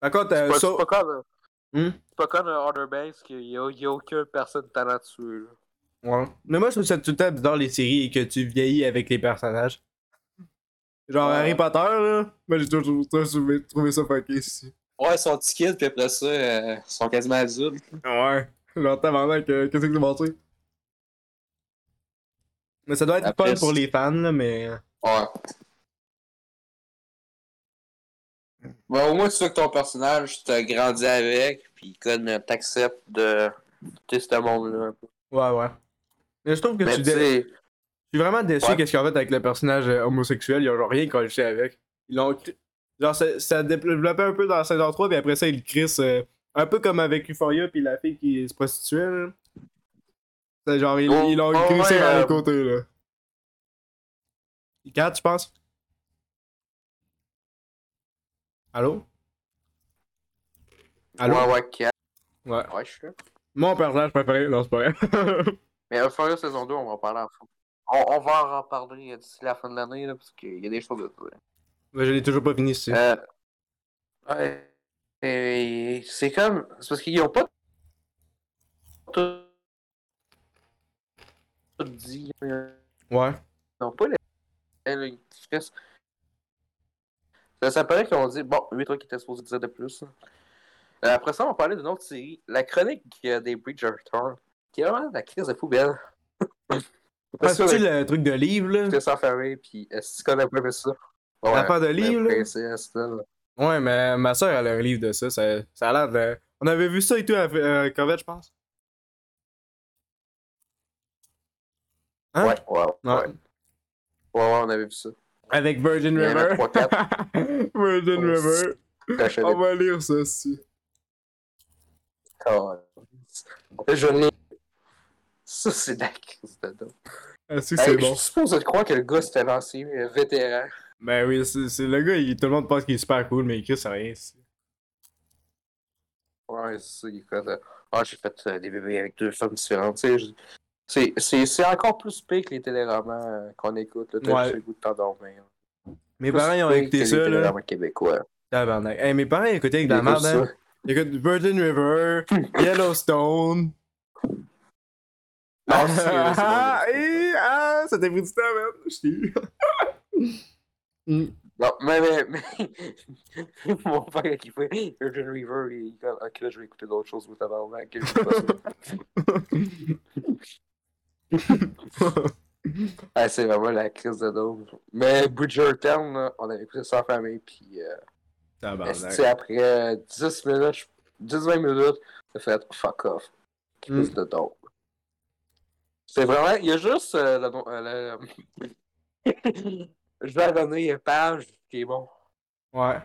S1: Par contre,
S2: C'est
S1: euh,
S2: pas,
S1: so-
S2: c'est pas comme.
S1: Hmm?
S2: C'est pas comme un Other Banks qu'il y a, il y a aucune personne talentueuse. là.
S1: Ouais. Mais moi, je trouve ça tout le temps bizarre les séries et que tu vieillis avec les personnages. Genre
S2: Ouais.
S1: Harry Potter, là. Moi, j'ai toujours toujours trouvé, trouvé ça fucké ici.
S2: Ouais, ils sont petits kids, puis après ça, euh, ils sont quasiment adultes.
S1: Ouais. Genre, tabarnak, euh, qu'est-ce que c'est passé? Mais ça doit être
S2: Après,
S1: fun pour les fans, là, mais.
S2: Ouais. Bon, Ben, au moins, tu sais que ton personnage, tu t'as grandi avec, puis comme euh, t'acceptes de. Tu sais, ce monde-là.
S1: Ouais, ouais. Mais je trouve que
S2: Mais
S1: tu.
S2: Ben, tu
S1: dé-
S2: sais,
S1: Je suis vraiment déçu
S2: Ouais.
S1: qu'est-ce qu'ils ont fait avec le personnage euh, homosexuel. Ils ont genre rien collé avec. Ils l'ont. cri- Genre, ça, ça développait un peu dans la saison 3, puis après ça, ils le crissent. euh, un peu comme avec Euphoria, puis la fille qui se prostituait, là. C'est genre, ils
S2: Oh,
S1: ils l'ont
S2: oh,
S1: crissé
S2: ouais,
S1: vers
S2: euh,
S1: les côtés, là. Quatre, je pense. Allô? Allô?
S2: ouais, ouais, quatre.
S1: Ouais.
S2: Ouais, je suis là. euh,
S1: Mon personnage préféré, non, c'est pas vrai. [LAUGHS]
S2: Mais Euphoria saison 2, on va en parler en fond. On, on va en reparler euh, d'ici la fin de l'année, là, parce qu'il y a des choses à dire.
S1: Mais Ben, je l'ai toujours pas fini, c'est.
S2: Euh, ouais. Et c'est comme. C'est parce qu'ils ont pas. Tout... tout dit. euh, Ils
S1: Ouais.
S2: n'ont pas les. les- les- Ça, ça paraît qu'on dit. Bon, 8 trucs qui étaient supposés dire de plus. là. Euh, Après ça, on parlait d'une autre série. La chronique euh, des Bridgerton. Qui est vraiment la crise
S1: [LAUGHS]
S2: de poubelle. Parce
S1: Parce-tu
S2: que
S1: le truc de livre, là
S2: ça fait rire, puis euh, est-ce qu'on a pas aimé ça? Ouais,
S1: L'affaire de
S2: le
S1: livre, là
S2: PCS, là.
S1: Ouais, mais ma soeur, elle a un livre de ça. Ça, ça a l'air de. On avait vu ça et tout à euh, Corvette, je pense. Hein?
S2: Ouais, ouais, ouais.
S1: Ouais.
S2: Ouais, ouais, on avait vu ça.
S1: Avec Virgin
S2: Il y en a
S1: River.
S2: trois,
S1: [LAUGHS] Virgin
S2: Ouais,
S1: River.
S2: Caché
S1: On va lire ça aussi.
S2: des Oh. Je l'ai. Ça, c'est de la crise de dos.
S1: Ah, si,
S2: Hey,
S1: c'est
S2: Je
S1: bon.
S2: suis supposé de croire que le gars s'était lancé euh, vétéran.
S1: Ben oui, c'est c'est- le gars, il- tout le monde pense qu'il est super cool, mais il crie, c'est rien. c'est-
S2: Ouais, c'est ça, il est comme, euh, Ah, j'ai fait euh, des bébés avec deux femmes différentes. tu sais, je- C'est, c'est, c'est encore plus pire que les téléromans euh, qu'on écoute. Là, t'as
S1: Ouais.
S2: juste le goût de t'endormir.
S1: Mes
S2: Plus
S1: parents, ils ont
S2: pire
S1: écouté
S2: que
S1: ça,
S2: Les
S1: là.
S2: téléroman québécois.
S1: Tabarnak. Hey, mes parents, ils écoutaient avec de la merde,
S2: Écoute ça.
S1: hein. Ils écoutent Virgin
S2: [LAUGHS]
S1: River, Yellowstone.
S2: Ah, c'est-
S1: [LAUGHS]
S2: c'est
S1: ah,
S2: bon, c'est bon.
S1: et- ah, ça t'a pris du temps, man. Je t'ai eu. Mm.
S2: Non, mais, mais, mais [LAUGHS] mon père qui fait Virgin River, il il- ok là je vais écouter d'autres choses, mais tabarnak, que je sais pas
S1: [LAUGHS]
S2: ça. ah, c'est vraiment la crise de dôme. Mais Bridgerton, là, on avait écouté ça en famille, puis euh,
S1: Tabarnak.
S2: esti, après euh, 10 minutes, je- 10-20 minutes, j'ai fait fuck off,
S1: Hmm.
S2: crise de dôme. C'est vraiment, il y a juste euh, le, nom- euh, le- [LAUGHS] je vais donner une page qui est bon.
S1: Ouais.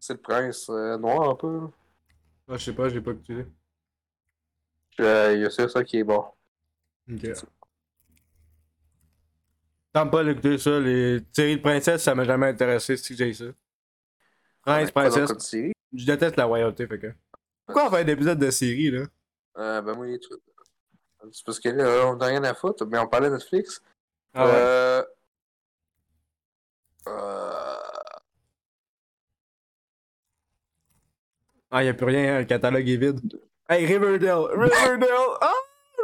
S2: C'est le prince euh, noir un peu. là.
S1: Ah, je sais pas, je l'ai pas écouté.
S2: Euh, Il y a ça ça qui est bon.
S1: Ok. Tant pas d'écouter ça, les séries de princesse, ça m'a jamais intéressé, c'est que j'ai ça. Prince,
S2: Ouais, pas dans
S1: princesse,
S2: comme série.
S1: je déteste la royauté, fait que. Pourquoi on fait un épisode de série, là?
S2: Euh, ben moi, les trucs. C'est parce que là, on n'a rien à foutre, mais on parlait de Netflix.
S1: Ah ouais.
S2: euh... euh,
S1: Ah, y a plus rien, hein, le catalogue est vide. Hey, Riverdale!
S2: [LAUGHS]
S1: Riverdale! Ah!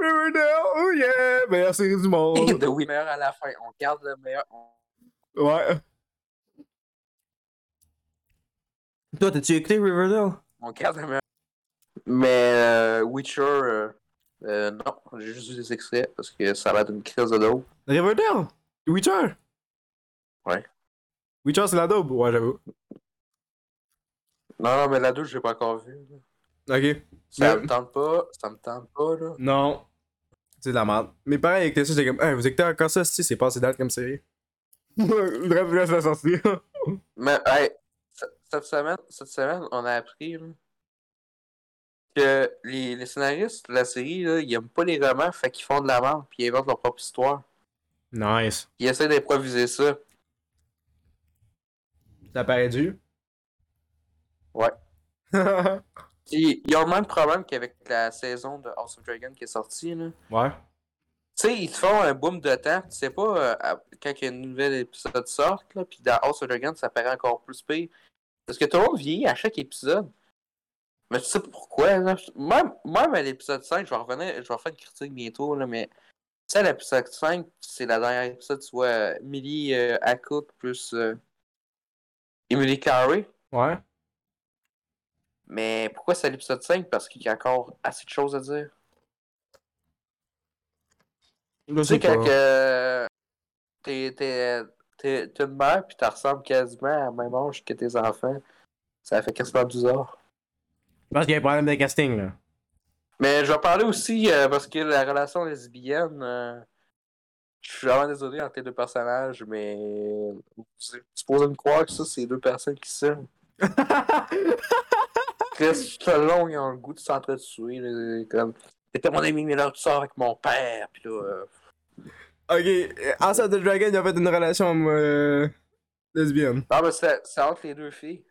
S1: Riverdale! Oh yeah! Meilleure série du monde!
S2: [LAUGHS] The winner à la fin. On garde le meilleur. on-
S1: Ouais. Toi, t'as-tu écouté Riverdale?
S2: On garde le meilleur. Mais euh, Witcher, euh, euh, non, j'ai juste vu des extraits parce que ça a l'air d'une crise de l'eau.
S1: Riverdale? Witcher?
S2: Ouais.
S1: Witcher, c'est la daube? Ouais, j'avoue.
S2: Non, non, mais la 2, je l'ai pas encore vue. là.
S1: Ok.
S2: Ça
S1: Mais-
S2: me tente pas, ça me tente pas, là.
S1: Non. C'est de la merde. Mes parents ils écoutaient ça, j'étais comme, hey, vous écoutez encore ça, si c'est passé date comme série. [LAUGHS] Bref, je laisse la sortir.
S2: Mais, hey, c- cette semaine, cette semaine, on a appris là, que les, les scénaristes de la série, là, ils aiment pas les romans, fait qu'ils font de la merde, puis ils inventent leur propre histoire.
S1: Nice.
S2: Ils essaient d'improviser ça.
S1: Ça paraît dur. [LAUGHS]
S2: Ouais.
S1: ouais.
S2: Puis, ils ont le même problème qu'avec la saison de House of Dragon qui est sortie, là. Tu sais, ils te font un boom de temps, tu sais pas, euh, à- quand il y a un nouvel épisode sort, là, puis dans House of Dragon, ça paraît encore plus pire. Parce que tout le monde vieillit à chaque épisode. Mais tu sais pas pourquoi, là. Même, même à l'épisode 5, je vais revenir, je vais faire une critique bientôt, là, mais... Tu sais, à l'épisode 5, c'est la dernière épisode, tu vois, euh, Millie euh, Ackwood plus... euh, Emily Carey.
S1: Ouais.
S2: Mais pourquoi c'est à l'épisode 5? Parce qu'il y a encore assez de choses à dire.
S1: Je
S2: Tu sais,
S1: sais
S2: quand
S1: pas.
S2: que t'es, t'es, t'es, t'es une mère puis tu ressembles quasiment à la même âge que tes enfants, ça fait quasiment bizarre.
S1: Je pense qu'il y a un problème de casting, là.
S2: Mais je vais parler aussi euh, parce que la relation lesbienne, euh, je suis vraiment désolé entre les deux personnages, mais tu es supposé me croire que ça, c'est deux personnes qui s'aiment.
S1: [LAUGHS]
S2: Chris, tout le long, ils ont le goût de s'entretuer. là, Comme, t'étais mon ami, mais là, tu sors avec mon père, puis là. euh,
S1: ok. euh, House of the Dragon, il y a fait une relation euh, lesbienne.
S2: Non, mais c'est, c'est entre les deux filles.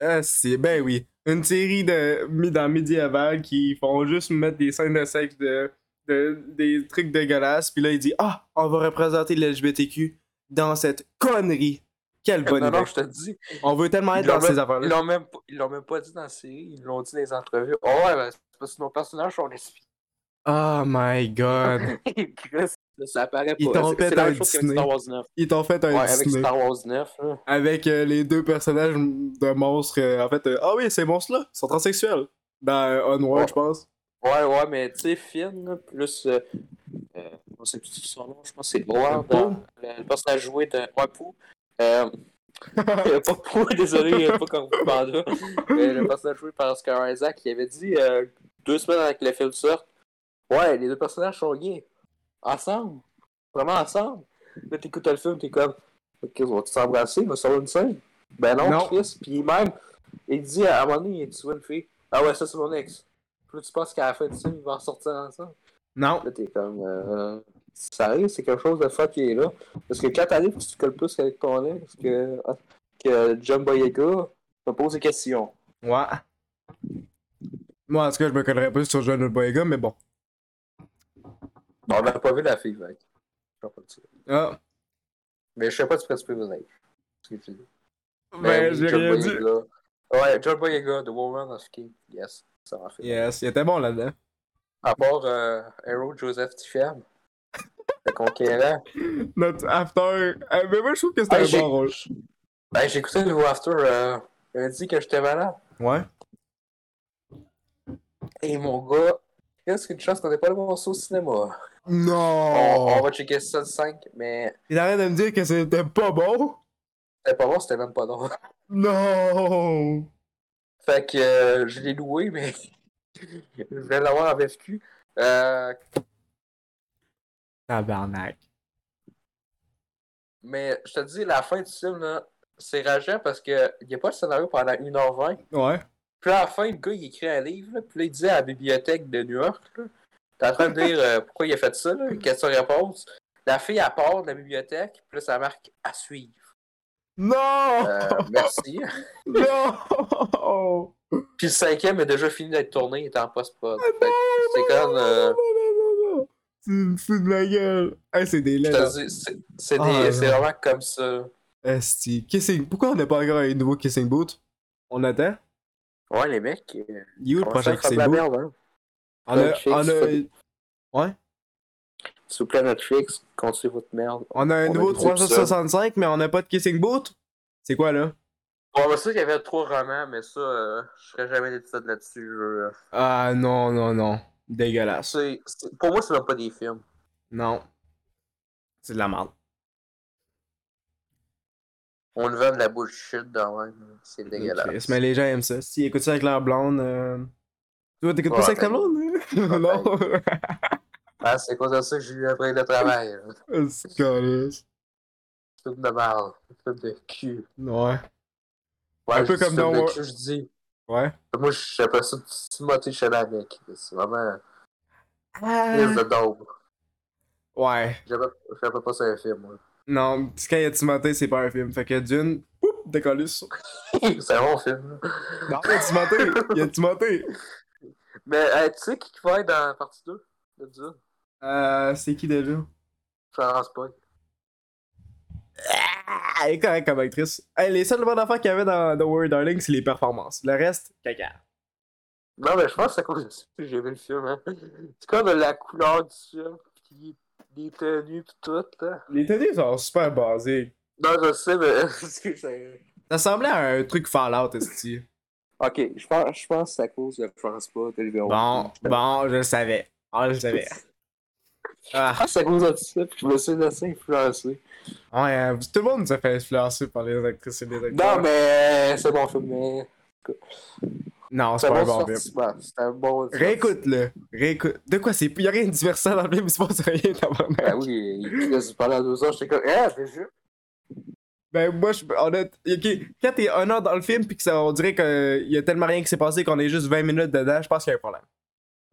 S1: Ah, c'est. Ben oui. Une série de. mis dans médiéval qui font juste mettre des scènes de sexe de de- des trucs dégueulasses, puis là, il dit Ah, on va représenter l'LGBTQ dans cette connerie. Quelle bonne
S2: non,
S1: idée.
S2: non, je te dis.
S1: On veut tellement être
S2: Ils l'ont
S1: dans ces
S2: même- Ils
S1: affaires-là.
S2: l'ont même, pas- ils l'ont même pas dit dans la série, ils l'ont dit dans les entrevues. Oh ouais, ben, c'est parce que nos personnages sont lesbiens.
S1: Oh my god.
S2: [LAUGHS] Chris, ça apparaît
S1: Ils
S2: pas.
S1: t'ont
S2: C'est-
S1: fait
S2: C'est la
S1: un
S2: même chose qu'avec
S1: Disney.
S2: Star Wars 9.
S1: Ils t'ont fait un
S2: Ouais, avec
S1: Disney.
S2: Star Wars 9, là.
S1: Avec euh, les deux personnages de monstres. euh, en fait, euh, ah oui, ces monstres-là, ils sont transsexuels. Dans euh, Onward,
S2: Ouais.
S1: je
S2: [LAUGHS]
S1: pense.
S2: Ouais, ouais, mais tu sais, Finn, là, plus. Euh, euh, on sait plus son nom, je pense que c'est Howard,
S1: Euh, Poe?
S2: dans le, le personnage joué de. Ouais, Pou. Euh, [LAUGHS] euh, pas Pou, désolé, euh, pas [LAUGHS] comme Panda. Mais le personnage joué par Oscar Isaac, il avait dit euh, deux semaines avec le film sorte Ouais, les deux personnages sont gays. Ensemble. Vraiment ensemble. Là, t'écoutes le film, t'es comme. Ok, on va s'embrasser, mais ça va une scène. Ben non,
S1: Non.
S2: Chris. Puis même, il dit à un moment donné, tu vois une fille. Ah ouais, ça c'est mon ex. Puis là, tu penses qu'à la fin du film, ils vont en sortir ensemble.
S1: Non.
S2: Là, t'es comme. Euh, sérieux, c'est quelque chose de fuck qui est là. Parce que quand t'arrives, tu te colles plus avec ton ex que, ah, que John Boyega te pose des questions.
S1: Ouais. Moi, en tout cas, je me collerais plus sur John Boyega, mais bon.
S2: Bon, on n'a pas vu la fille, mec. Je sais pas le dire.
S1: Ah.
S2: Mais je sais pas si tu peux venir. C'est ce que tu dis.
S1: Ben,
S2: oui,
S1: j'ai
S2: John
S1: rien dit.
S2: Boyega. Ouais, John Boyega, The Woman of King. Yes, ça m'a fait.
S1: Yes, il était bon là-dedans.
S2: À part euh, Hero Joseph [LAUGHS] Tiffiam, le conquérant.
S1: Notre after. Euh, mais moi, je trouve que c'était
S2: Ah,
S1: un
S2: j'ai-
S1: bon rôle.
S2: Ben, j'ai écouté le nouveau After. Euh, il a dit que j'étais malade.
S1: Ouais.
S2: Et mon gars, qu'est-ce qu'une chance qu'on n'ait pas le morceau au cinéma? On, on
S1: Non!
S2: va checker ça le 5, mais
S1: Il arrête de me dire que c'était pas bon?
S2: c'était pas bon, c'était même pas drôle. [LAUGHS]
S1: Non!
S2: Fait que euh, je l'ai loué, mais [LAUGHS] je voulais l'avoir en VFQ. Euh,
S1: Tabarnak.
S2: mais je te dis, la fin du film, là, c'est rageant parce que il n'y a pas de scénario pendant 1h20.
S1: Ouais.
S2: Puis à la fin, le gars, il écrit un livre, là, puis là, il dit à la bibliothèque de New York, là, t'es en train de dire euh, pourquoi il a fait ça, là, question-réponse. La fille, elle part de la bibliothèque, puis là, ça marque à suivre.
S1: Non!
S2: Euh, merci.
S1: Non!
S2: Puis le cinquième est déjà fini d'être tourné, il est en post-prod.
S1: Ah
S2: Fait que c'est comme. euh,
S1: Non, non, non, non. Tu me fous de ma gueule. Hey, c'est des
S2: je
S1: lettres.
S2: te dis, c'est- c'est
S1: ben! Ah,
S2: des-
S1: non.
S2: c'est vraiment comme ça.
S1: Esti. Kissing... Pourquoi on n'a pas encore un nouveau Kissing Boot? On attend?
S2: Ouais, les mecs. euh,
S1: Il est où le
S2: on
S1: prochain
S2: s'en fait de
S1: Kissing
S2: la
S1: Boot?
S2: merde, hein.
S1: On a,
S2: Netflix,
S1: on, a,
S2: fuck. S'il vous plaît, Netflix, continuez votre merde.
S1: on a un
S2: On a
S1: nouveau
S2: des épisodes.
S1: 365, mais on n'a pas de Kissing Boot? C'est quoi, là?
S2: Bon, ben, c'est sûr qu'il y avait trois romans, mais ça, euh, je ferai jamais d'épisode là-dessus. euh.
S1: Ah, non, non, non. Dégueulasse.
S2: C'est- c'est- Pour moi, c'est même pas des films.
S1: Non. C'est de la merde.
S2: On le vend de la bullshit dans même. C'est dégueulasse.
S1: Chris, Mais les gens aiment ça. Si, écoute ça avec leur blonde. euh, Tu vois, t'écoutes pas
S2: Ouais,
S1: ça avec ta
S2: ben-
S1: blonde? hein? [LAUGHS] non.
S2: Ah, c'est à cause de ça que j'ai eu après le travail. là.
S1: C'est calice.
S2: Film de merde. Film de cul.
S1: Ouais.
S2: Ouais,
S1: Un
S2: je
S1: peu
S2: dis
S1: comme
S2: film
S1: dans
S2: de
S1: War-
S2: cul, je dis.
S1: Ouais.
S2: Moi, j'appelle ça Timothée Chalamet. C'est vraiment prise
S1: Ah.
S2: de daube.
S1: Ouais.
S2: J'appelle j'appelle pas ça un film, [LAUGHS] moi.
S1: Non, parce que quand il y a Timothée, c'est pas un film. Fait que Dune, pouf, décalisse.
S2: c'est un bon film. là.
S1: Non, il y a Timothée. Il y a Timothée.
S2: Mais euh, tu sais qui qui va être dans la partie 2 de Dune?
S1: Euh, c'est qui déjà?
S2: Florence Pugh.
S1: Ah, Elle est correcte comme actrice. Hey, les seules bonnes affaires qu'il y avait dans The World Darling, c'est les performances. Le reste, caca.
S2: Non, mais je pense que c'est à cause de ça que j'ai vu le film. Hein. C'est quoi de la couleur du film, puis les tenues, puis tout. Là.
S1: Les tenues sont super basées.
S2: Non, je sais, mais. [LAUGHS] c'est que c'est-
S1: Ça semblait à un truc Fallout, esti.
S2: ok, je pense, je pense que c'est à cause de Florence Pugh que j'ai vu.
S1: Bon, bon, je le savais. Ah, je le savais. Ah,
S2: Ah, c'est à cause de ça, puis je me suis laissé influencer.
S1: ouais, euh, tout le monde se fait influencer par les actrices et les acteurs.
S2: Non, mais c'est bon film, mais.
S1: Non, Ah, c'est
S2: C'est
S1: pas
S2: un
S1: un
S2: bon
S1: bon film.
S2: sortissement. C'est un bon.
S1: Réécoute-le. Réécoute. De quoi c'est. Y'a rien de diversant dans le film, il se passe rien d'avant.
S2: Ben oui, il laisse parler à deux heures, j'étais comme, eh, déjà.
S1: Ben, moi, je suis honnête. Ok, quand t'es un heure dans le film, puis que ça, on dirait qu'il y a tellement rien qui s'est passé qu'on est juste 20 minutes dedans, je pense qu'il y a un problème.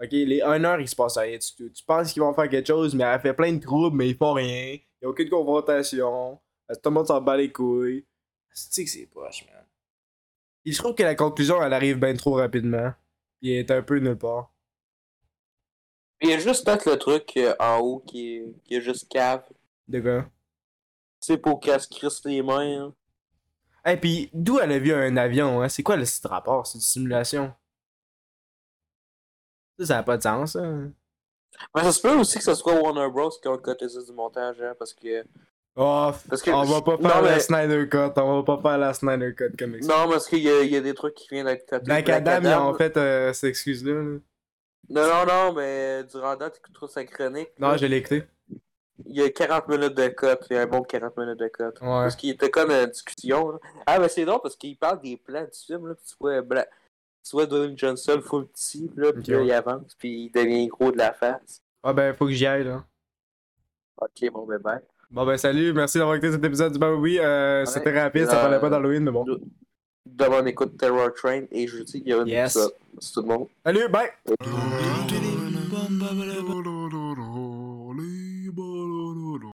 S1: Ok, les 1 heure, il se passe rien du tout. Tu penses qu'ils vont faire quelque chose, mais elle fait plein de troubles, mais ils font rien. Il y a aucune confrontation. Euh, Tout le monde s'en bat les couilles. C'est que c'est poche, man. Et je trouve que la conclusion, elle arrive bien trop rapidement. Puis elle est un peu nulle part.
S2: Il y a juste peut-être le truc euh, en haut qui est, qui est juste cave.
S1: De quoi?
S2: C'est pour qu'elle se crisse les mains. hein.
S1: Et puis, d'où elle a vu un avion, hein? C'est quoi le site rapport? C'est une simulation. Ça, ça n'a pas de sens, hein?
S2: Mais ça se peut aussi que ce soit Warner Bros. qui ont coté ça du montage, hein, parce que.
S1: Oh, f-
S2: Parce que-
S1: on va pas
S2: non,
S1: faire la
S2: mais-
S1: Snyder Cut, on va pas faire la Snyder Cut comme expliqué.
S2: Non, parce qu'il y, a- il y a des trucs qui viennent d'être cotés.
S1: Black Ben, Adam, ils ont fait euh, cette excuse-là. là.
S2: Non, non, non, mais Duranda, tu trouves sa chronique.
S1: Non,
S2: là,
S1: je l'ai écouté.
S2: Il y a 40 minutes de cote, il y a un bon 40 minutes de cote.
S1: Ouais.
S2: Parce qu'il était comme une discussion. là. Ah, ben c'est drôle parce qu'il parle des plans du film, là, puis tu vois, Bla... tu vois Dwayne Johnson full petit, puis là, puis
S1: Ok,
S2: là,
S1: ouais.
S2: il avance, puis il devient gros de la face.
S1: Ah ben, faut que j'y aille, là.
S2: Ok, mon bébé.
S1: Bon ben, salut, merci d'avoir écouté cet épisode du Baboui. Euh, C'était rapide, ça
S2: Euh,
S1: parlait pas d'Halloween, mais bon.
S2: Demain, on écoute Terror Train et jeudi, il y a une
S1: Yes.
S2: épisode. C'est tout le monde.
S1: Salut, bye!
S3: Boom, ba-ba-da-boom.